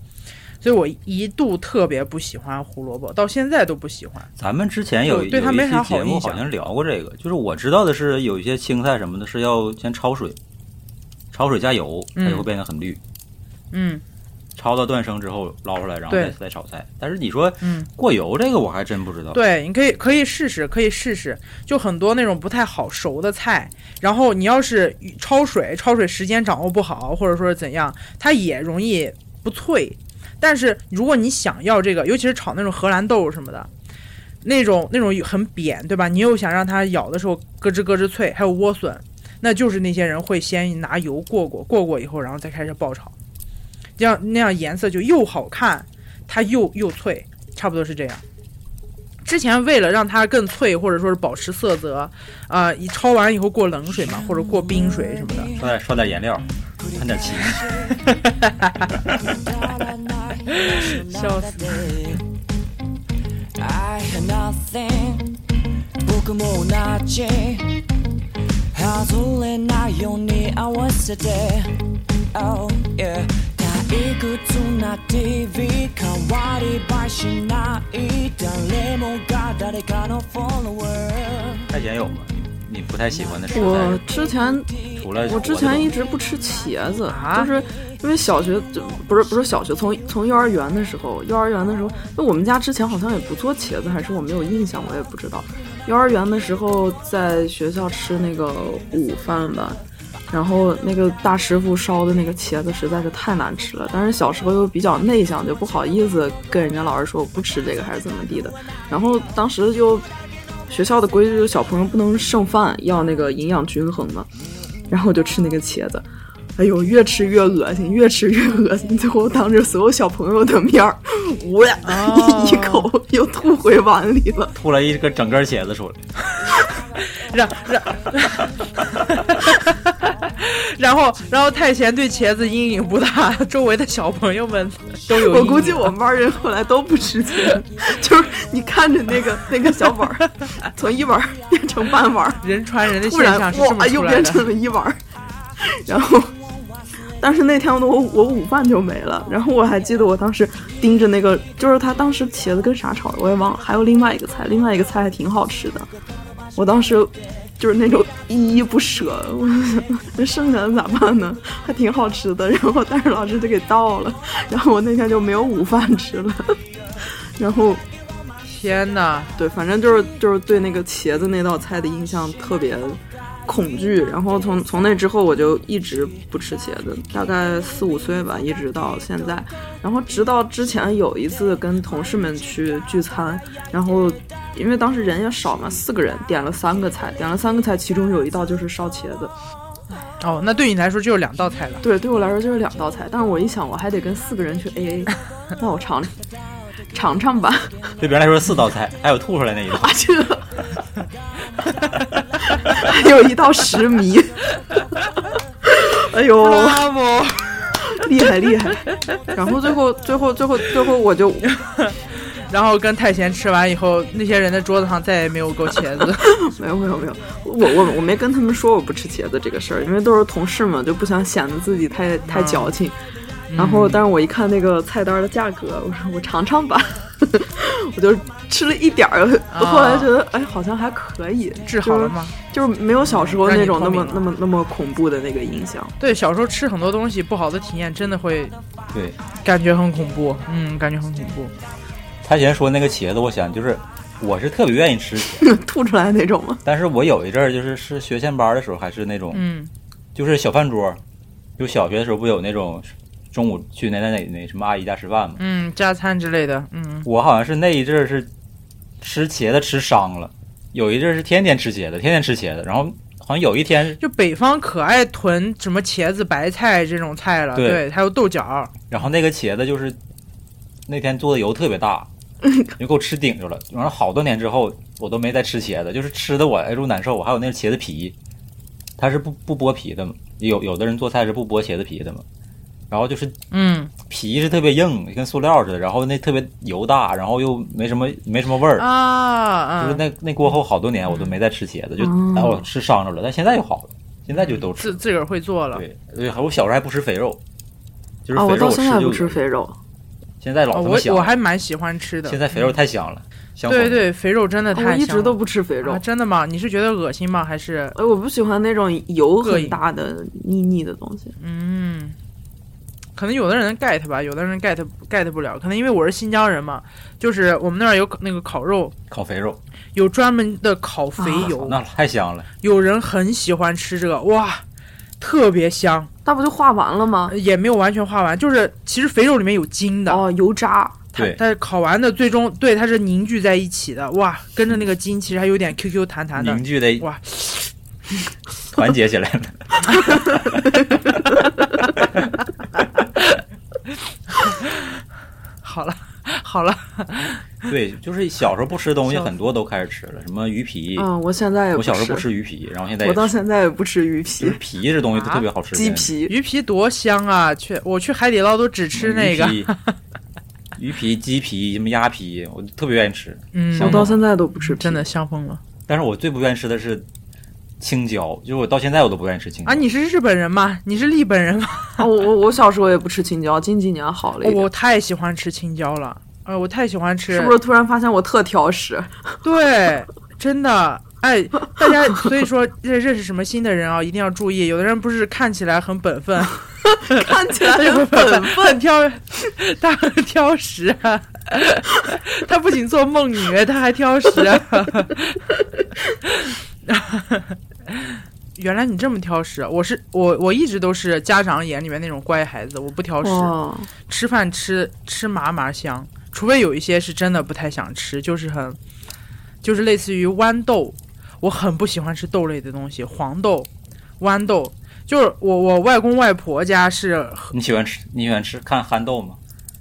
所以我一度特别不喜欢胡萝卜，到现在都不喜欢。咱们之前有就对它有一没啥期好节目印象好像聊过这个，就是我知道的是有一些青菜什么的是要先焯水，焯水加油，它嗯就会变得很绿。嗯焯到断生之后捞出来，然后再对再炒菜。但是你说嗯，过油这个我还真不知道。对，你可以可以试试，可以试试。就很多那种不太好熟的菜，然后你要是焯水，焯水时间掌握不好，或者说是怎样，它也容易不脆。但是如果你想要这个，尤其是炒那种荷兰豆什么的，那种那种很扁，对吧？你又想让它咬的时候咯吱咯吱脆，还有莴笋，那就是那些人会先拿油过过，过过以后，然后再开始爆炒，这样那样颜色就又好看，它又又脆，差不多是这样。之前为了让它更脆，或者说是保持色泽，啊，一焯完以后过冷水嗯嘛，或者过冰水什么的，刷点刷点颜料，喷点漆。笑死 I had nothing 僕も同じ外れないように合わせて Oh yeah 退屈な TV 変わり映えしない誰もが誰かのフォロワー太咸有吗？你你不太喜欢的嗯食我材，之前除了我之前一一直不吃茄子，啊就是因为小学就不是不是小学，从从幼儿园的时候，幼儿园的时候，那我们家之前好像也不做茄子，还是我没有印象，我也不知道。幼儿园的时候在学校吃那个午饭吧，然后那个大师傅烧的那个茄子实在是太难吃了，但是小时候又比较内向，就不好意思跟人家老师说我不吃这个还是怎么地的，然后当时就学校的规矩就是小朋友不能剩饭，要那个营养均衡嘛。然后我就吃那个茄子，哎呦，越吃越恶心，越吃越恶心，最后当着所有小朋友的面儿，我、哦 一口又吐回碗里了。吐了一个整根茄子出来，然然， 然后然后太贤对茄子阴影不大，周围的小朋友们都有阴影。我估计我们班人后来都不吃茄子，就是你看着那个那个小碗儿， 从一碗儿变成半碗儿，人传人的突现然象是这哇么又出来变的。成了一碗儿， 然后。但是那天我我午饭就没了，然后我还记得我当时盯着那个，就是他当时茄子跟啥炒的我也忘了，还有另外一个菜，另外一个菜还挺好吃的，我当时就是那种依依不舍， 我就想那剩下的咋办呢？还挺好吃的，然后但是老师就给倒了，然后我那天就没有午饭吃了，然后天哪！对，反正就是就是对那个茄子那道菜的印象特别恐惧，然后从从那之后我就一直不吃茄子，大概四五岁吧，一直到现在。然后直到之前有一次跟同事们去聚餐，然后因为当时人也少嘛，四个人点了三个菜，点了三个菜，其中有一道就是烧茄子。哦，那对你来说只有两道菜了。对，对我来说就是两道菜，但是我一想我还得跟四个人去 AA，那我尝尝尝吧。对别人来说是四道菜，还有吐出来那一道。啊去了，还 有一道石谜， 哎呦， Bravo！厉害厉害！然后最后最后最后最后我就然后跟太贤吃完以后，那些人的桌子上再也没有过茄 子。没有没有没有，我我我没跟他们说我不吃茄子这个事儿，因为都是同事嘛，就不想显得自己太嗯太矫情。然后，但是我一看那个菜单的价格，我说我尝尝吧， 我就吃了一点儿。啊后来觉得，哎，好像还可以，治好了吗？就是？就是没有小时候让你那种那脱敏么了那么那么恐怖的那个印象。对，小时候吃很多东西不好的体验，真的会对，感觉很恐怖。嗯，感觉很恐怖。他以前说那个茄子，我想就是我是特别愿意吃茄子， 吐出来那种吗？但是我有一阵儿就是是学前班的时候，还是那种嗯就是小饭桌，就小学的时候不有那种中午去哪哪哪哪什么阿姨家吃饭吗？嗯，加餐之类的。嗯，我好像是那一阵儿是吃茄子吃伤了，有一阵儿是天天吃茄子，天天吃茄子，然后好像有一天，就北方可爱囤什么茄子、白菜这种菜了。对对，还有豆角。然后那个茄子就是那天做的油特别 大，就给我吃顶着了。然后好多年之后，我都没再吃茄子，就是吃的我挨住难受。我还有那个茄子皮，它是不不剥皮的嘛，有有的人做菜是不剥茄子皮的嘛，然后就是嗯。皮是特别硬，跟塑料似的，然后那特别油大，然后又没什么没什么味儿。啊，就是嗯，那那过后好多年我都没再吃茄子，就嗯哎我吃伤着了，但现在又好了，现在就都吃。自自个儿会做了。对，对，我小时候还不吃肥肉，就是啊，肥肉我到我吃现在就不吃有肥肉，现在哦老他妈我香我了，还蛮喜欢吃的。啊嗯现在肥嗯肉太香了，香疯对了对，肥肉真的太我香了。一直都不吃肥肉啊。真的吗？你是觉得恶心吗？还是哎，我不喜欢那种油膈很应大的腻腻的东西。嗯？可能有的人 get 吧，有的人 get get 不了。可能因为我是新疆人嘛，就是我们那儿有那个烤肉，烤肥肉，有专门的烤肥啊油，那太香了。有人很喜欢吃这个，哇，特别香，那不就化完了吗？也没有完全化完，就是其实肥肉里面有筋的，哦，油渣，它对，它烤完的最终对它是凝聚在一起的，哇，跟着那个筋其实还有点 Q Q 弹弹的凝，聚得哇 团结起来了。 好了， 好了，对，就是小时候不吃东西，笑死很多都开始吃了，什么鱼皮，嗯，我现在也我不小时候不吃，吃鱼皮，然后现在我也嗯到吃。现在也不吃鱼就是皮、皮这东西都特别好吃，鸡现在皮。鱼皮多香啊！去，我去海底捞都只吃那个，啊鱼皮鱼皮、鸡皮、什么鸭皮，我特别愿意吃。嗯香我吗，到现在都不吃皮，真的香疯了但是我最不愿意吃的是青椒，就是我到现在我都不愿意吃青椒。啊！你是日本人吗？你是日本人吗？啊我我我小时候也不吃青椒，近几年好了一点。我太喜欢吃青椒了，哎，我太喜欢吃，是不是突然发现我特挑食？对，真的。哎，大家所以说认认识什么新的人啊，一定要注意。有的人不是看起来很本分，看起来他就会很本 很很挑，他很挑食、啊。 他不仅做梦女，他还挑食、啊。 原来你这么挑食，啊我是我我一直都是家长眼里面那种乖孩子，我不挑食，哦，吃饭吃吃麻麻香，除非有一些是真的不太想吃，就是很，就是类似于豌豆，我很不喜欢吃豆类的东西，黄豆、豌豆，就是我我外公外婆家是你喜欢吃？你喜欢吃看憨豆吗？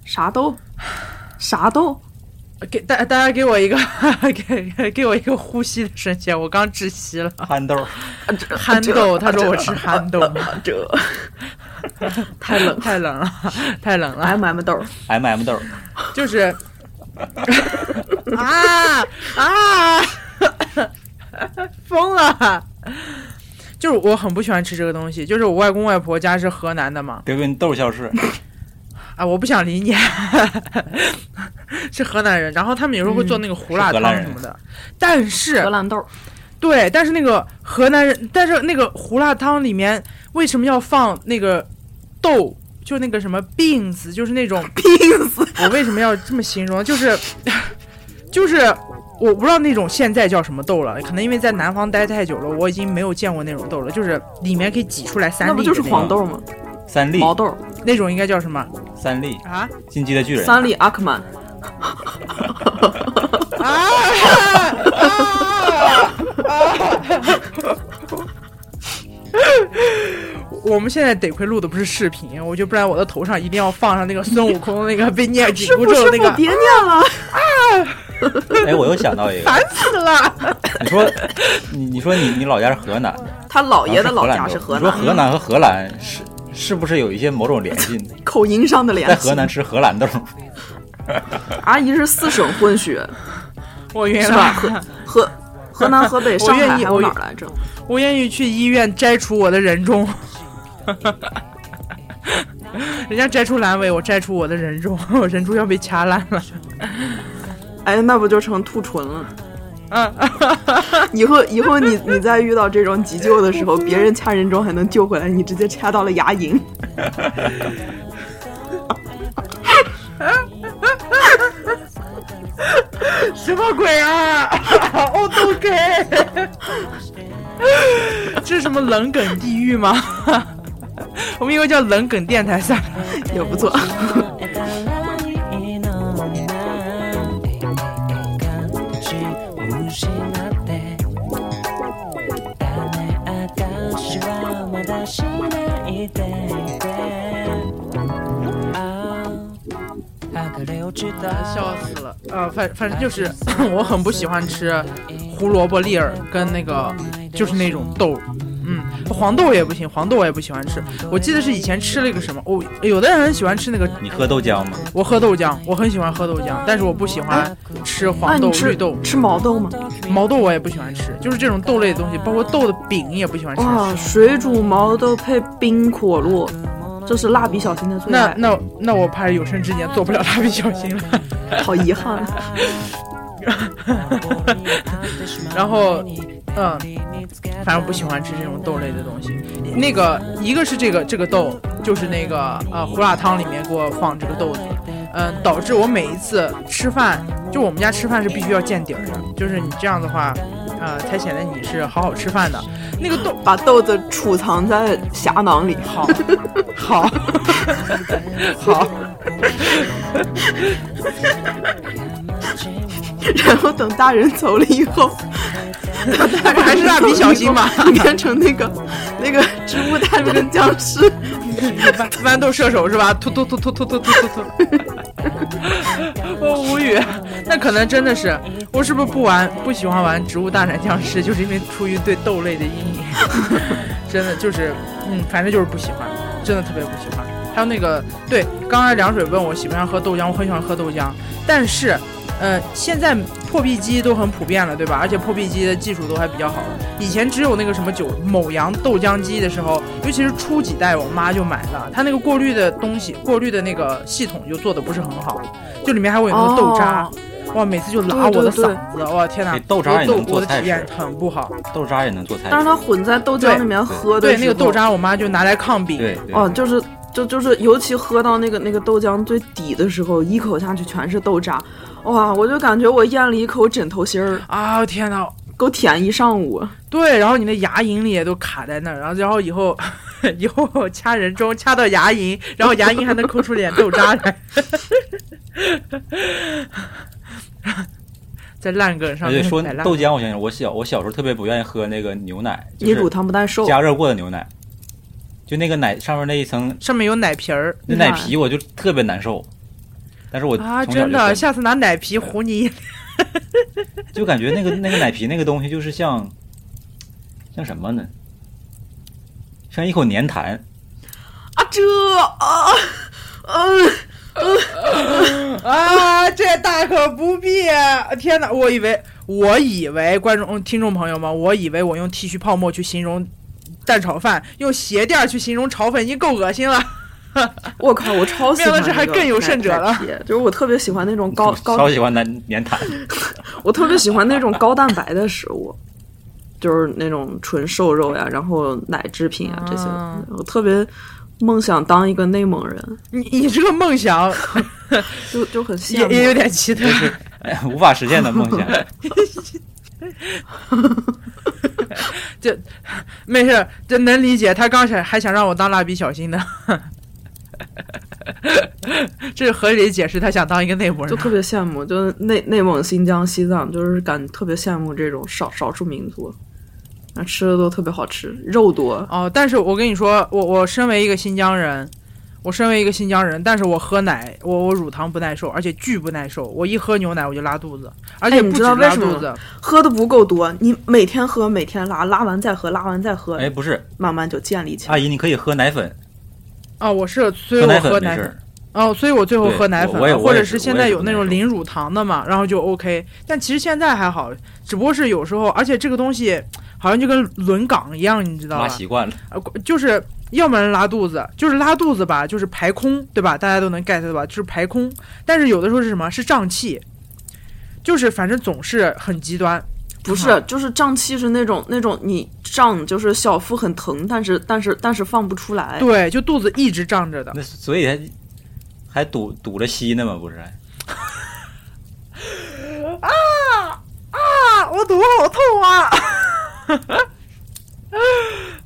啥豆，啥豆，给大大家给我一个 给给我一个呼吸的声线，我刚窒息了。憨豆，啊 这憨这豆，他说这我 吃憨豆，啊这太冷了，太冷了，太冷了。 M M 豆， M M 豆，就是啊啊， 疯了！就是我很不喜欢吃这个东西，就是我外公外婆家是河南的嘛，给给你豆消失。啊，我不想理你， 是河南人。然后他们有时候会做那个胡辣嗯是荷汤兰人什么的，但是荷兰豆，对，但是那个河南人，但是那个胡辣汤里面为什么要放那个豆？就那个什么 beans，就是那 种 beans，我为什么要这么形容？ 就是就是我不知道那种现在叫什么豆了，可能因为在南方待太久了，我已经没有见过那种豆了。就是里面可以挤出来三那粒的不那就是种，黄豆吗？三粒，毛豆，那种应该叫什么三粒，啊？进击的巨人。三粒阿克曼，啊啊啊！ 我们现在得亏录的不是视频，我就不然我的头上一定要放上那个孙悟空那个被念紧箍不咒 是那我个，别念了，哎，我又想到一个，烦死了。 你说，你你说你你老家是河南， 他姥爷的然后老是家是荷兰豆。河你，说南河南和荷 兰是是不是有一些某种联系呢？口音上的在联系河。南吃荷兰豆，阿姨是四省混 血，我晕是吧？了，河河河南、河北、我上海愿意还有我哪愿儿来着？我愿意去医院摘除我的人中。 人家摘出阑尾，我摘出我的人中， 我人中要被掐烂了。哎，那不就成兔唇 了？嗯，以后以后你你再遇到这种急救的时候，别人掐人中还能救回来，你直接掐到了牙龈。什么鬼啊 o k K，这是什么冷梗地狱吗？ 我们以后叫冷梗电台算了。也不错。笑死了，呃，反反正就是 我很不喜欢吃胡萝卜粒儿跟那个就是那种豆儿，嗯，黄豆也不行，黄豆我也不喜欢吃。我记得是以前吃了一个什么，我、有的人很喜欢吃那个，你喝豆浆吗？我喝豆浆，我很喜欢喝豆浆，但是我不喜欢吃那黄豆、啊你绿吃豆、吃毛豆吗？毛豆，我也不喜欢吃，就是这种豆类的东西，包括豆的饼也不喜欢吃。哇，水煮毛豆配冰可乐，这是蜡笔小新的最那爱，那那我怕有生之年做不了蜡笔小新了。 好遗憾。啊然后，嗯，反正不喜欢吃这种豆类的东西。那个一个是这个这个豆，就是那个呃胡辣汤里面给我放这个豆子，嗯，导致我每一次吃饭，就我们家吃饭是必须要见底儿的，就是你这样的话，呃，才显得你是好好吃饭的。那个 豆把豆子储藏在匣囊里，好，好，好， 然后等大人走了以后， 大人还是蜡笔小新吧走了以 后变成那 个那个植物大战僵尸， 豌豌豆射手是吧？突突突突突突突突突，我无语。那可能真的是，我是不是不玩不喜欢玩《植物大战僵尸》，就是因为出于对豆类的阴影。真的就是，嗯，反正就是不喜欢，真的特别不喜欢。还有那个，对，刚才凉水问我喜不喜欢喝豆浆，我很喜欢喝豆浆，但是，呃，现在破壁机都很普遍了，对吧？而且破壁机的技术都还比较好了。以前只有那个什么九某阳豆浆机的时候，尤其是初几代，我妈就买了，它那个过滤的东西，过滤的那个系统就做的不是很好，就里面还会有那个豆渣。哦哇，每次就拉我的对对对嗓子，哇天哪哎！豆渣我也豆能做我的菜体验吃很不好。豆渣也能做菜但是吃。它混在豆浆里面喝的对，时那候个豆渣，我妈就拿来抗病。对哎对，哦，就是就就是，尤其喝到那个那个豆浆最底的时候，一口下去全是豆渣，哇！我就感觉我咽了一口枕头芯儿，啊天哪！给我舔一上午。对，然后你的牙龈里也都卡在那儿，然后然后以后 以后掐人中掐到牙龈，然后牙龈还能抠出点豆渣来，在烂梗上而且面哎说摆烂豆。浆，我想想，我小我小时候特别不愿意喝那个牛奶，就你乳是糖不耐受，加热过的牛奶，就那个奶上面那一层上面有奶皮儿那奶皮，我就特别难受。但是我啊！从小真就的，喝下次拿奶皮糊你一脸。就感觉那个那个奶皮那个东西就是像像什么呢？像一口粘痰，啊这啊， 嗯、啊，这大可不必！啊天哪，我以为我以为观众听众朋友们，我以为我用剃须泡沫去形容蛋炒饭，用鞋垫儿去形容炒粉已经够恶心了。我靠，我超喜没想欢、到这还更有甚者了。就是我特别喜欢那种高超高，喜欢粘粘痰。我特别喜欢那种高蛋白的食物。就是那种纯瘦肉呀，然后奶制品呀这些，啊我特别梦想当一个内蒙人，你你这个梦 想就就很羡也慕。也有点奇特，哎无法实现的梦想， 没事，这能理解。他刚才还想让我当蜡笔小新呢， 这是合理解释。他想当一个内蒙就人，啊特别羡慕，就是内内蒙、新疆、西藏，就是感特别羡慕这种少少数民族，那吃的都特别好吃，肉多。哦，但是我跟你说，我我身为一个新疆人，我身为一个新疆人，但是我喝奶，我我乳糖不耐受，而且巨不耐受。我一喝牛奶我就拉肚子，而且哎你不止知道为拉什么肚吗子，喝的不够多，你每天喝，每天拉，拉完再喝，拉完再喝，哎，不是，哎慢慢就建立起来。阿姨，你可以喝奶粉，啊、我是所以喝我奶喝粉没奶事粉儿，啊、哦，所以我最后对喝奶粉我我也了，我也或者是是现我也在是有那这种么说零乳糖的嘛，然后就 OK。但其实现在还好，只不过是有时候，而且这个东西好像就跟轮岗一样，你知道拉吧？习惯了，呃，就是要不然拉肚子，就是拉肚子吧，就是排空，对吧？大家都能 get 到吧？就是排空。但是有的时候是什么？是胀气，就是反正总是很极端。不是，就是胀气是那种那种你胀就是小腹很疼，但是但是但是放不出来。对，就肚子一直胀着的。那所以还还堵堵着吸呢嘛，不是？啊，我肚子好痛啊！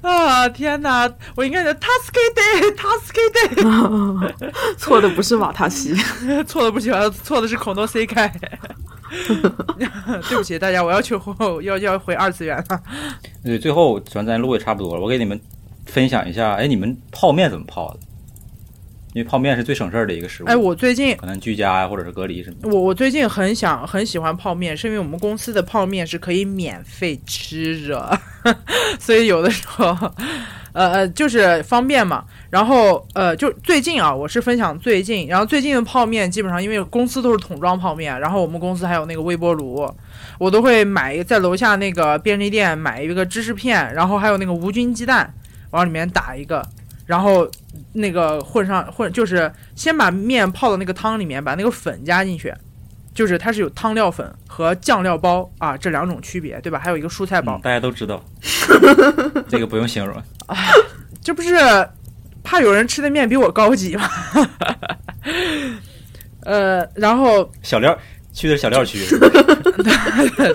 啊天哪！我应该叫 Tusky Day，Tusky Day， 错的不是瓦塔西，错的 不行，错的是孔多 C K。对不起大家，我要去后要要回二次元了。对，最后咱咱录也差不多了，我给你们分享一下，哎，你们泡面怎么泡的？因为泡面是最省事儿的一个食物。 哎，我最近可能居家呀，啊或者是隔离什么的。我我最近很想很喜欢泡面，是因为我们公司的泡面是可以免费吃着，所以有的时候，呃呃，就是方便嘛。然后呃，就最近啊，我是分享最近，然后最近的泡面基本上因为公司都是桶装泡面，然后我们公司还有那个微波炉，我都会买一个在楼下那个便利店买一个芝士片，然后还有那个无菌鸡蛋，往里面打一个，然后那个混上混，就是先把面泡到那个汤里面，把那个粉加进去，就是它是有汤料粉和酱料包啊这两种区别，对吧？还有一个蔬菜包嗯，大家都 知道，这个不用形容。这不是怕有人吃的面比我高级吗？ 呃，然后小料去 的是小料区，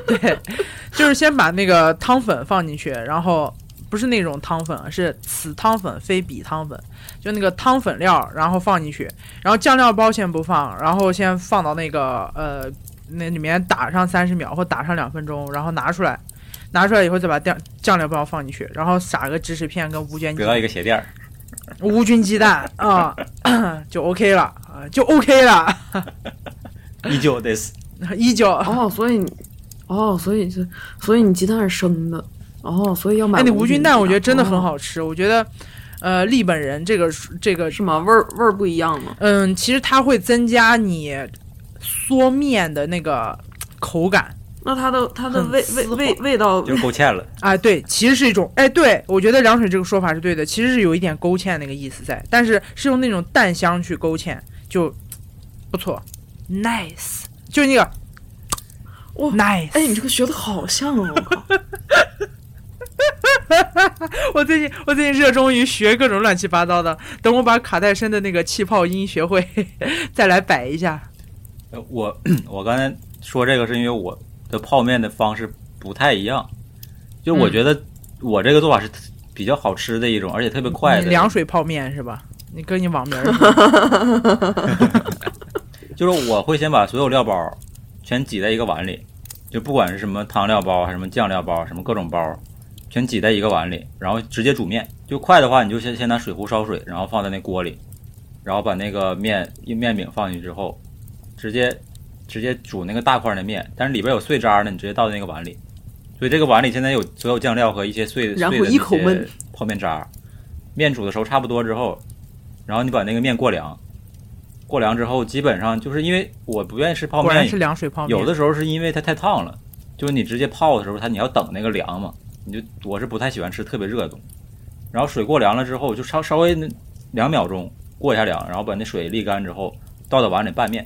对， 就是先把那个汤粉放进去，然后不是那种汤粉，是此汤粉非彼汤粉，就那个汤粉料，然后放进去，然后酱料包先不放，然后先放到那个呃那里面打上三十秒或打上两分钟，然后拿出来，拿出来以后再把酱酱料包放进去，然后撒个芝士片跟无菌鸡得到一个鞋垫儿。无菌鸡蛋啊、 就 OK 了啊、就 OK 了，依旧 this 依旧。哦，所以你，哦，所以是，所以你鸡蛋是生的，哦，所以要 买。哎，那无菌蛋我觉得真的很哦，好吃，我觉得，呃，利本人这个这个，是吗？味儿味儿不一样吗？嗯，其实它会增加你缩面的那个口感那它的它的很味丝味滑味味道就是勾芡了。啊，对，其实是一种，哎，对我觉得凉水这个说法是对的，其实是有一点勾芡那个意思在，但是是用那种淡香去勾芡，就不错，nice，就那个哇 nice，哎，你这个学的好像哦，我靠！ 我最近我最近热衷于学各种乱七八糟的，等我把卡戴珊的那个气泡音学会， 再来摆一下。呃我我刚才说这个是因为我的泡面的方式不太一样，就是我嗯觉得我这个做法是比较好吃的一种，而且特别快你的。嗯凉水泡面是吧？你跟你网名儿就是我会先把所有料包全挤在一个碗里，就不管是什么汤料包、还是什么酱料包、什么各种包，全挤在一个碗里，然后直接煮面。就快的话，你就先先拿水壶烧水，然后放在那锅里，然后把那个面面饼放进去之后，直接直接煮那个大块的面，但是里边有碎渣呢，你直接倒进那个碗里。所以这个碗里现在有所有酱料和一些碎然后碎的一口那些闷泡面渣。面煮的时候差不多之后，然后你把那个面过凉，过凉之后基本上就是因为我不愿意吃 泡果面，然是凉水泡面。有的时候是因为它太烫了，就是你直接泡的时候，它你要等那个凉嘛，你就我是不太喜欢吃特别热的东西。然后水过凉了之后，就稍稍微那两秒钟过一下凉，然后把那水沥干之后，倒到碗里拌面，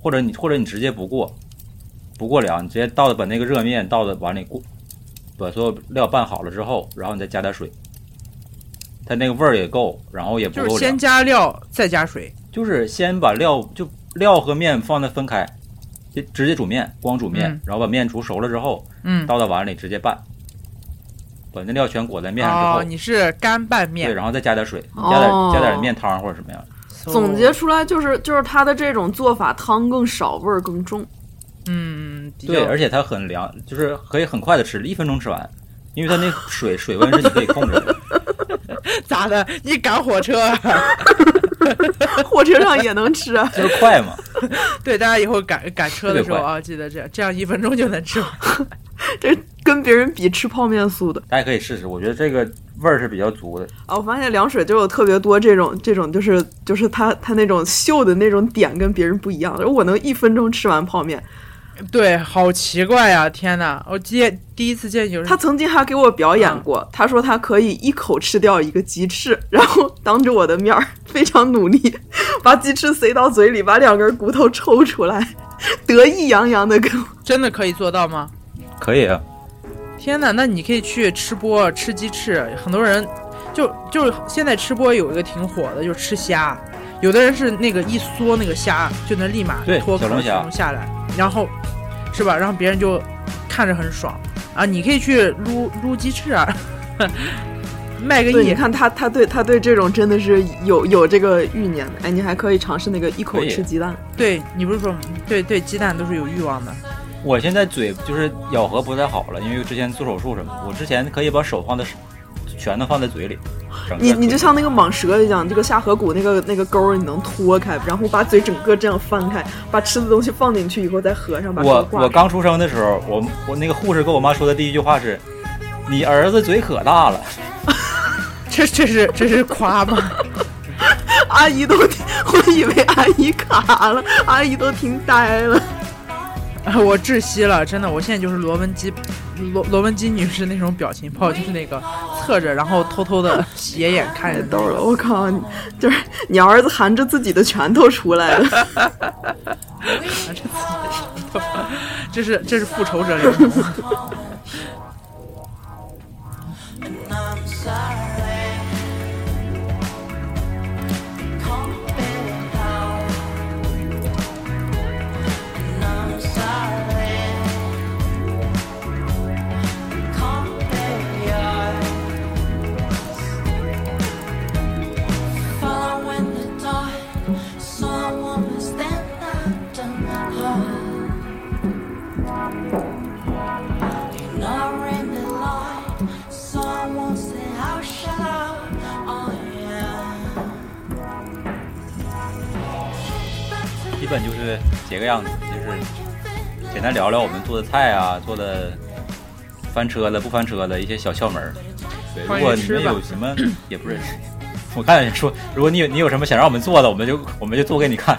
或者你或者你直接不过，不过凉，你直接倒把那个热面倒到碗里过，把所有料拌好了之后，然后你再加点水，它那个味儿也够，然后也不就是够凉先。加料再加水，就是先把料就料和面放在分开，就直接煮面，光煮面，嗯然后把面煮熟了之后，嗯，倒到碗里直接拌，把那料全裹在面上之后，哦，你是干拌对，面。然后再加点水，哦加点、加点面汤或者什么样。 So- 总结，出来就是就是它的这种做法，汤更少，味儿更重。 嗯，比较对，而且它很凉，就是可以很快的吃，一分钟吃完，因为它那 水水温是你可以控制的。 咋的？你赶火车 啊？火车上也能吃啊，就是快嘛，对，大家以后赶赶车的时候特别啊，记得这样，这样一分钟就能吃完。这跟别人比吃泡面速的。大家可以试试。我觉得这个味儿是比较足的。啊，我发现凉水就有特别多这种这种，就是就是它它那种秀的那种点跟别人不一样。我能一分钟吃完泡面，对，好奇怪呀、天哪，我见第一次见有人他曾经还给我表嗯演过，他说他可以一口吃掉一个鸡翅，然后当着我的面儿非常努力把鸡翅塞到嘴里，把两根骨头抽出来，得意洋洋的跟我。真的可以做到吗？可以啊，天哪，那你可以去吃播吃鸡翅，很多人就就是现在吃播有一个挺火的，就是吃虾，有的人是那个一缩那个虾就能立马对脱壳小龙虾从下来，然后是吧？然后别人就看着很爽啊，你可以去撸撸鸡翅啊， 卖个对，你亿，看他他对他对这种真的是有有这个欲念的。哎，你还可以尝试那个一口可以吃鸡蛋。对你不是说对对鸡蛋都是有欲望的，我现在嘴就是咬合不太好了，因为之前做手术什么的，我之前可以把手放在手，全都放在嘴里。整个你你嘴就像那个蟒蛇一样，这个下颌骨那个那个沟儿你能脱开，然后把嘴整个这样翻开，把吃的东西放进去以后再合上，把这个我挂我上刚出生的时候，我我那个护士跟我妈说的第一句话是：“你儿子嘴可大了。这这是这是夸吗？阿姨都听，我以为阿姨卡了，阿姨都听呆了。啊， 我窒息了，真的，我现在就是罗文基，罗罗文基女士那种表情包，就是那个侧着，然后偷偷的斜眼看太着逗了，我靠！你就是你儿子含着自己的拳头出 来了，这是这是复仇者联盟。 Following the dawn, saw a woman stand out in the hall. Ignoring the light, someone said, How shall I? Oh, yeah. ”基本就是这个样子，就是简单聊聊我们做的菜啊，做的翻车了不翻车的一些小窍门儿。对，关如于果你吃们吧有 什么也不是，我看说，如果你有你有什么想让我们做的，我们就我们就做给你看。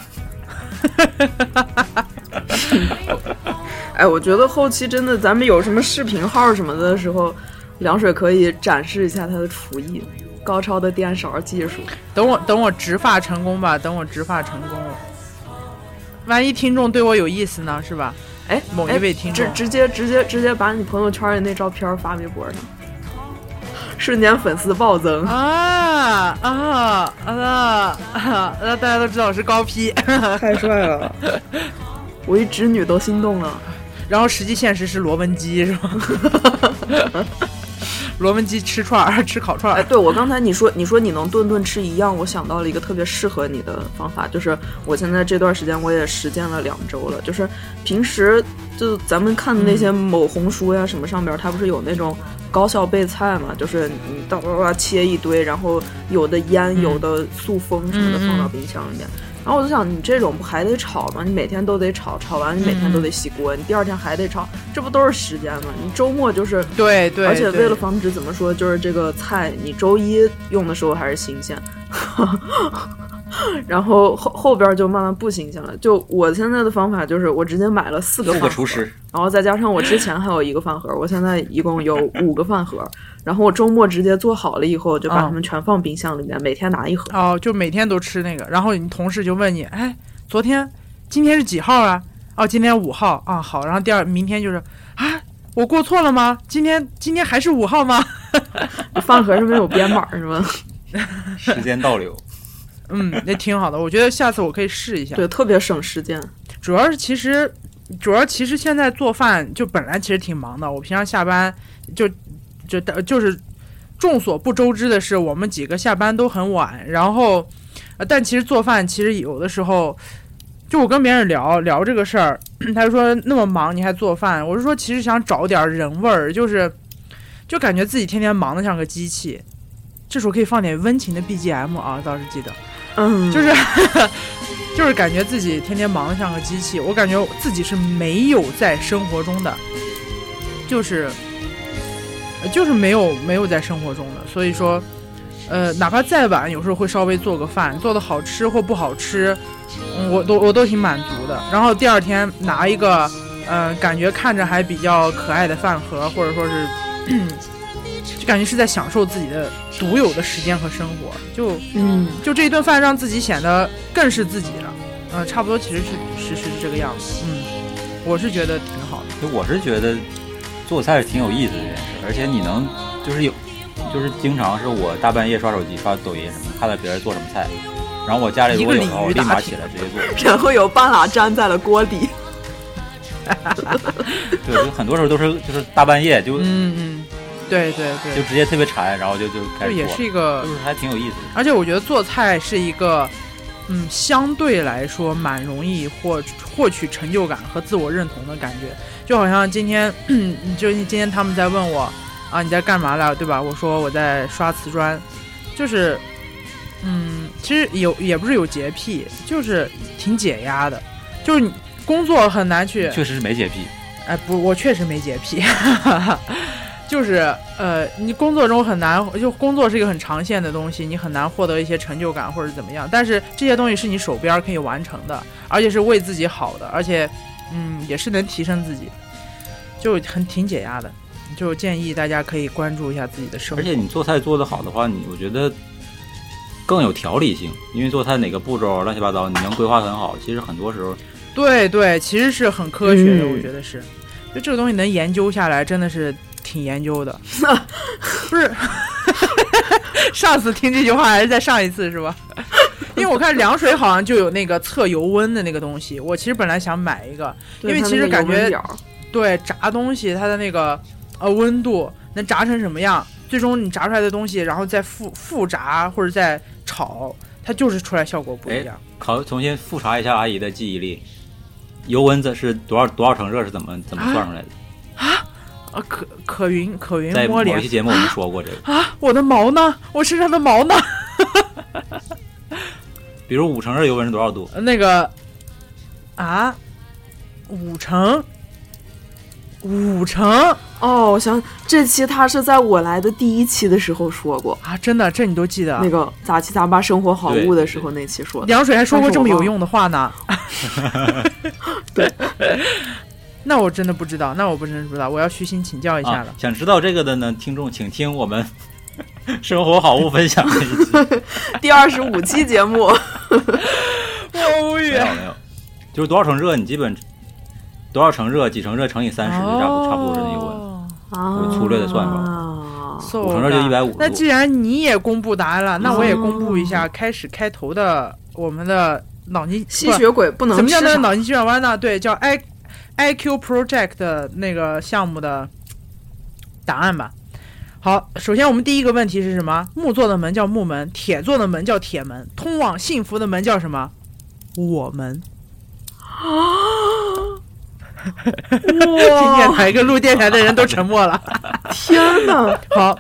哎，我觉得后期真的，咱们有什么视频号什么的时候，凉水可以展示一下他的厨艺，高超的颠勺技术。等我等我植发成功吧，等我植发成功了，万一听众对我有意思呢，是吧？哎，某一位听众直直接直接直接把你朋友圈里那照片发微博上，瞬间粉丝暴增。啊啊啊啊！啊大家都知道我是高 P， 太帅了！我一侄女都心动了。然后实际现实是罗文基是吧？ 罗文基吃串儿，吃烤串哎，儿，对我刚才你说你说你能顿顿吃一样，我想到了一个特别适合你的方法，就是我现在这段时间我也实践了两周了，就是平时就咱们看的嗯那些某红书呀、什么上边儿，它不是有那种高效备菜嘛，就是你哒哒哒啊切一堆，然后有的腌、有的塑封什么的嗯嗯嗯放到冰箱里面。然后我就想，你这种不还得炒吗？你每天都得炒，炒完你每嗯天都得洗锅，你第二天还得炒，这不都是时间吗？你周末就是对对，而且对为了防止怎么说，就是这个菜你周一用的时候还是新鲜， 然后后后边就慢慢不新鲜了。就我现在的方法就是，我直接买了四个做饭盒个厨师，然后再加上我之前还有一个饭盒，我现在一共有五个饭盒。 然后我周末直接做好了以后，就把嗯它们全放冰箱里面，每天拿一盒。 哦，就每天都吃那个，然后你同事就问你，哎，昨天今天是几号啊？哦，今天五号啊，好，然后第二明天就是啊，我过错了吗？今天今天还是五号吗？ 饭盒上面有编码是吗？时间倒流。嗯，那挺好的，我觉得下次我可以试一下。对，特别省时间。主要是其实，主要其实现在做饭就本来其实挺忙的，我平常下班就就就是众所不周知的是，我们几个下班都很晚，然后，呃但其实做饭其实有的时候。就我跟别人聊聊这个事儿， 他就说那么忙你还做饭，我是说其实想找点人味儿，就是就感觉自己天天忙得像个机器。这时候可以放点温情的 BGM 啊，倒是记得。嗯，就是 就是感觉自己天天忙得像个机器，我感觉自己是没有在生活中的，就是呃就是没有没有在生活中的，所以说，呃，哪怕再晚，有时候会稍微做个饭，做的好吃或不好吃，嗯我都我都挺满足的。然后第二天拿一个，嗯、感觉看着还比较可爱的饭盒，或者说是， 就感觉是在享受自己的独有的时间和生活，就嗯，就这一顿饭让自己显得更是自己了。嗯、差不多其实是是是这个样子。嗯，我是觉得挺好的。就我是觉得做菜是挺有意思的一件事，而且你能就是有，就是经常是我大半夜刷手机、刷抖音什么，看到别人做什么菜，然后我家里如果有的话，我一个鲤鱼立打马挺起来直接做。然后有半拉粘在了锅里。对，就很多时候都是就是大半夜就就嗯嗯，对对对，直接特别馋，然后就就开这始也做是，一个就是还挺有意思的。而且我觉得做菜是一个，嗯，相对来说蛮容易获获取成就感和自我认同的感觉。就好像今天， 就今天他们在问我啊，你在干嘛了，对吧？我说我在刷瓷砖，就是，嗯，其实有也不是有洁癖，就是挺解压的，就是你工作很难去，确实是没洁癖，哎，不，我确实没洁癖， 就是呃，你工作中很难，就工作是一个很长线的东西，你很难获得一些成就感或者怎么样。但是这些东西是你手边儿可以完成的，而且是为自己好的，而且嗯，也是能提升自己，就很挺解压的。就建议大家可以关注一下自己的生活而。且你做菜做得好的话，你我觉得更有条理性，因为做菜哪个步骤乱七八糟，你能规划很好。其实很多时候对对，其实是很科学的，嗯我觉得是。就这个东西能研究下来，真的是挺研究的。不是， 上次听这句话还是在上一次是吧？因为我看凉水好像就有那个测油温的那个东西，我其实本来想买一个，因为对它其实那个感油温觉表儿对炸东西它的那个呃温度能炸成什么样，最终你炸出来的东西，然后再复复炸或者再炒，它就是出来效果不一样。考重新复查一下阿姨的记忆力，油温子是多少多少乘热是怎么怎么算出来的？啊，可可云可云在某摸一脸期节目我们说过这个，啊，我的毛呢？我身上的毛呢？比如五乘热油温是多少度？那个啊，五成，五成哦，我想这期他是在我来的第一期的时候说过，啊！真的，这你都记得啊？那个杂七杂八生活好物的时候那期说的。凉水还说过这么有用的话呢。 对， 那我真的不知道，那我不真不知道，我要虚心请教一下啊了。，想知道这个的呢，听众请听我们生活好物分享那一期。第二十五期节目，我无啊没有 没有，就是多少乘热，你基本多少乘热，几乘热乘以三十，就差不多差不多是那油温。哦啊，粗略的算法法，so 五乘热就一百五那十既度。然你也公布答案了，那我也公布一下开始开头的我们的脑筋吸血鬼不能怎么吃叫那个啥脑筋急转弯呢？对，叫 I I Q Project 的那个项目的答案吧。好，首先我们第一个问题是什么？木做的门叫木门，铁做的门叫铁门，通往幸福的门叫什么？我 们。今电哇，台跟录电台的人都沉默了。 天哪！好，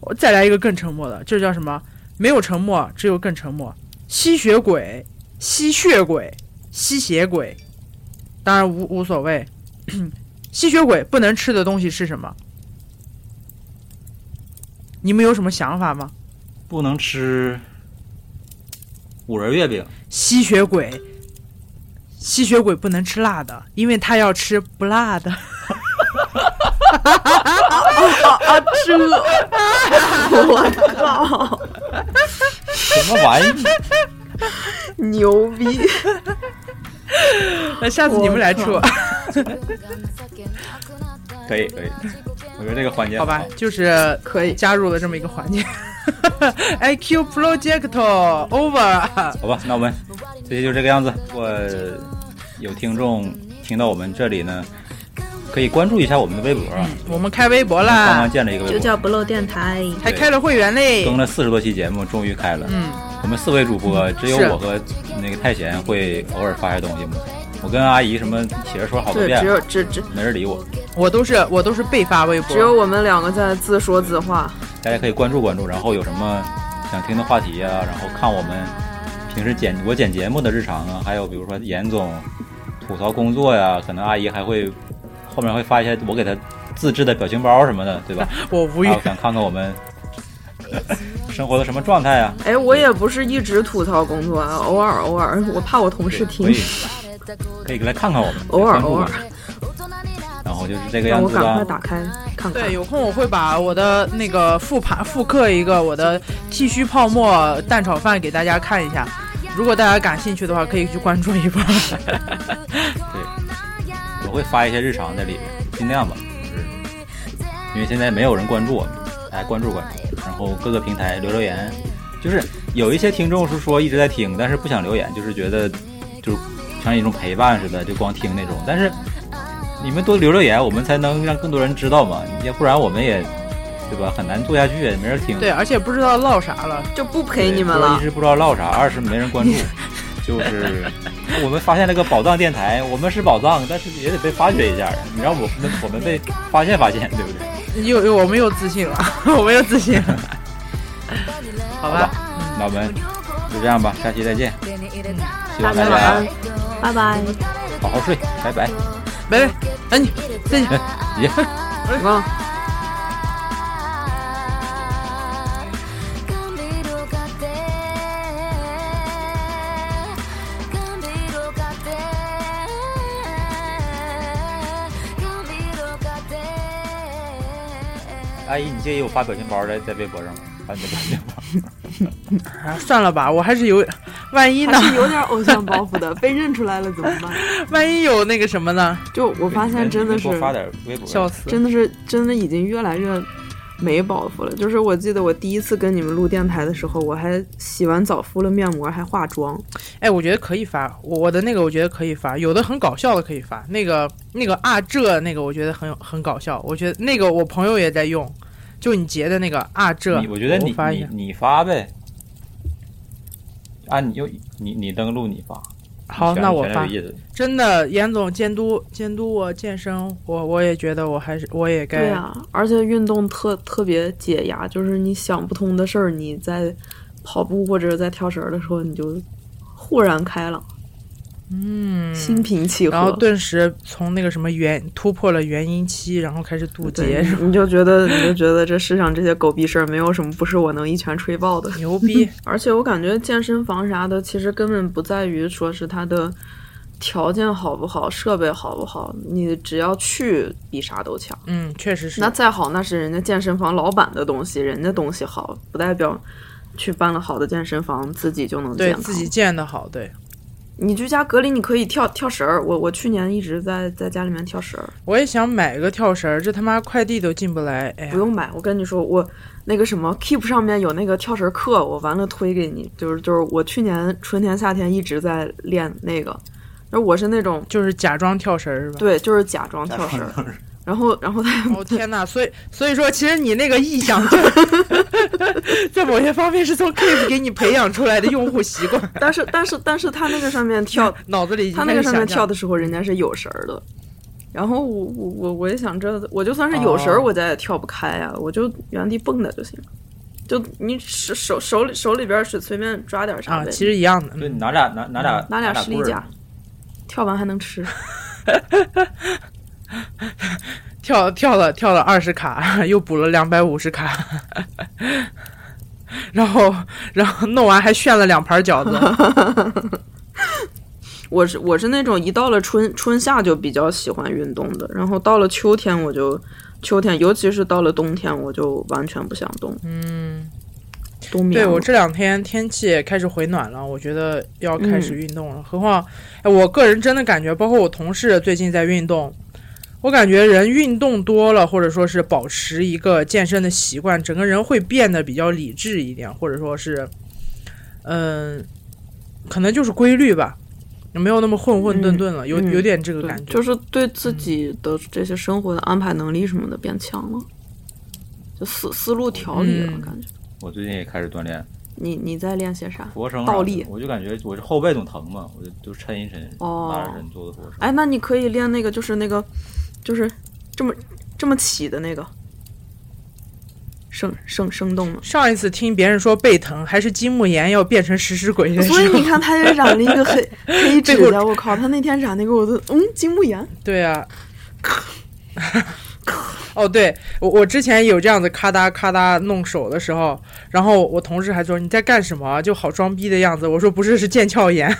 我再来一个更沉默的，这叫什么？没有沉默，只有更沉默。吸血鬼、吸血鬼、吸血鬼，当然无无所谓。 吸血鬼不能吃的东西是什么？你们有什么想法吗？不能吃五仁月饼，吸血鬼，吸血鬼不能吃辣的，因为他要吃不辣的。 啊，这，我靠，什么 玩意？牛逼！那下次你们来出 我，可以可以，我觉得这个环节好吧？就是可以加入了这么一个环节。IQ Project Over。好吧，那我们这期就这个样子。我有听众听到我们这里呢，可以关注一下我们的微博啊，我们开微博嗯刚刚啦，建了一个微就博，叫不漏电台。还开了会员嘞。更了四十多期节目，终于开了。嗯，我们四位主播，只有是我和那个太贤会偶尔发些东西嘛。我跟阿姨什么写着说好多对，遍只了，有只只没人理我。我都是我都是被发微博，只有我们两个在自说自话。大家可以关注关注，然后有什么想听的话题啊，然后看我们平时剪我剪节目的日常啊，还有比如说严总吐槽工作呀、可能阿姨还会后面会发一些我给她自制的表情包什么的，对 吧？我无语然后。想看看我们生活的什么状态啊？哎，我也不是一直吐槽工作啊，偶尔偶尔，我怕我同事可听以，啊可以来看看我们，偶关尔注偶我尔们，然后就是这个让样我子赶快吧。打开看看对，。有空我会把我的那个复盘复刻一个我的剃须泡沫蛋炒饭给大家看一下。如果大家感兴趣的话，可以去关注 一波。我会发一些日常在里面，尽量吧，就是因为现在没有人关注我们，大家关注关注，然后各个平台留留言，就是有一些听众是说一直在听，但是不想留言，就是觉得就是像一种陪伴似的，就光听那种，但是你们多留留言，我们才能让更多人知道嘛，要不然我们也对吧，很难做下去，也没人听。对，而且不知道唠啥了。就不对陪你们不知道了一，是不知道唠啥，二是没人关注，就是 我们发现了个宝藏电台，我们是宝藏，但是也得被发掘一下，你让我们我们被发现发现，对不对？又又我们又自信了， 我们又自信 了。好吧，那我们就这样吧，下期再见，希望大大家晚家安，拜拜。好好睡，拜拜，拜拜，哎你再见。耶。忘了。 Gambiro kate Gambiro kate Gambiro kate 阿姨，你介意我发表情包在在微博上吗？发你的表情包。算了吧，我还是有，万一呢还？是有 点偶像包袱的，被认出来了怎么 办？ 万一有那个什么呢？就我发现真的你是给，我发点微博。笑死！真的是，真的已经越来越没包袱了。就是我记得我第一次跟你们录电台的时候，我还洗完澡敷了面膜，还化妆。哎，我觉得可以发，我我的那个我觉得可以发，有的很搞笑的可以发，那个那个啊这那个我觉得很有很搞笑，我觉得那个我朋友也在用，就你截的那个啊这，你我觉得你发一你下，你发呗。啊，你就你你登录你发。好，那我发有。意思。真的，严总监督监督我健身，我我也觉得我还是我也该对啊，而且运动特特别解压，就是你想不通的事儿，你在跑步或者在跳绳儿的时候，你就豁然开朗，嗯，心平气和。然后顿时从那个什么原突破了原因期，然后开始渡劫对，，你就觉得你就觉得这世上这些狗逼事儿没有什么不是我能一拳吹爆的。牛逼！而且我感觉健身房啥的，其实根本不在于说是它的条件好不好、设备好不好，你只要去比啥都强。嗯，确实是那。再好，那是人家健身房老板的东西，人家东西好，不代表去办了好的健身房自己就能健对康。自己健的好，对你居家隔离，你可以跳跳绳儿。我我去年一直在在家里面跳绳儿，我也想买个跳绳儿，这他妈快递都进不来，哎呀不，用买。我跟你说，我那个什么 Keep 上面有那个跳绳课，我完了推给你。就是就是，我去年春天夏天一直在练那个，然后我是那种就是假装跳绳儿是吧？对，就是假装跳绳儿。然后然后他哦天呐，所以所以说，其实你那个臆想 症，在某些方面是从 Keep 给你培养出来的用户习惯，但是但是但是他那个上面跳，脑子里已经他那开个始上面想象啊跳的时候，人家是有绳儿的。然后我我我我也想这，我就算是有绳儿，哦我家也跳不开呀、我就原地蹦跶就行。就你手手手里手里边儿是随便抓点儿啥啊，呗，其实一样的，对，嗯你拿俩拿拿俩拿俩俩士力棍儿架，跳完还能吃。跳跳了跳了二十卡，又补了两百五十卡， 然后然后弄完还炫了两盘饺子，我是我是那种一到了春春夏就比较喜欢运动的，然后到了秋天我就秋天，尤其是到了冬天，我就完全不想动。嗯，冬眠对了。我这两天天气开始回暖了，我觉得要开嗯始运动了。何况，哎，我个人真的感觉，包括我同事最近在运动，我感觉人运动多了，或者说是保持一个健身的习惯，整个人会变得比较理智一点，或者说是，嗯，可能就是规律吧，没有那么混混沌沌了，有嗯有点这个对感觉。嗯就是对自己的这些生活的安排能力什么的变强了，就思思路条理了，嗯感觉。我最近也开始锻炼你你在练些啥？俯卧撑啥的，啊倒立我就感觉我这后背总疼嘛，我就就抻一抻，哦拉着抻做做俯卧撑。哎，那你可以练那个，就是那个，就是这么这么起的那个，生生生动吗？上一次听别人说背疼，还是金木研要变成食尸鬼的时所以候你，看，他也染了一 个黑黑指甲，我靠！他那天染那个，我都嗯，金木研，对啊，啊 哦，对我我之前有这样子咔哒咔哒弄手的时候，然后我同事还说你在干什么，啊就好装逼的样子。我说不是，是腱鞘炎。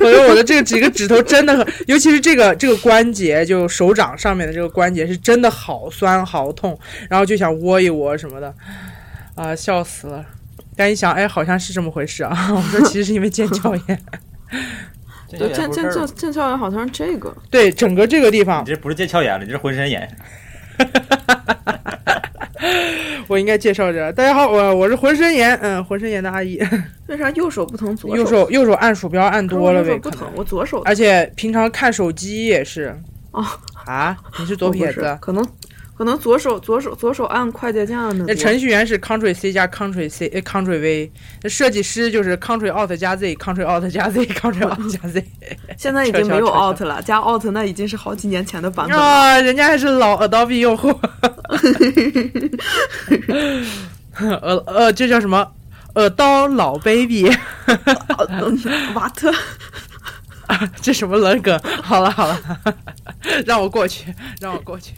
我说我的这个几个指头真的很，尤其是这个这个关节，就手掌上面的这个关节是真的好酸好痛，然后就想窝一窝什么的，啊、笑死了。但一想，哎，好像是这么回事啊。 我说其实是因为腱鞘炎， 这对，腱啊不是腱这腱儿腱鞘炎好像是这个，对整个这个地你方，这不是腱鞘炎了，你这是浑身炎。我应该介绍着。大家好，我我是浑身炎，嗯，浑身炎的阿姨，为啥右手不疼，左右手右手按鼠标按可是多我了右手呗，不可能哎疼，。我左手而且平常看手机也是。哦啊，你是左我不撇是子？可能可能左手左手左手按快捷键按的那多。程序员是 Ctrl C 加 Ctrl C 呃 Ctrl V，那设计师就是 Ctrl Alt 加 Z，Ctrl Alt 加 Z，Ctrl Alt 加 Z。现在已撤经销没有撤销 Out 了，加 Out 那已经是好几年前的版本 了。啊，人家还是老 Adobe 用 户。 呃呃，这叫什么？呃，刀老 baby，呃嗯瓦特， 这什么冷梗？好了好了，让我过去，让我过去。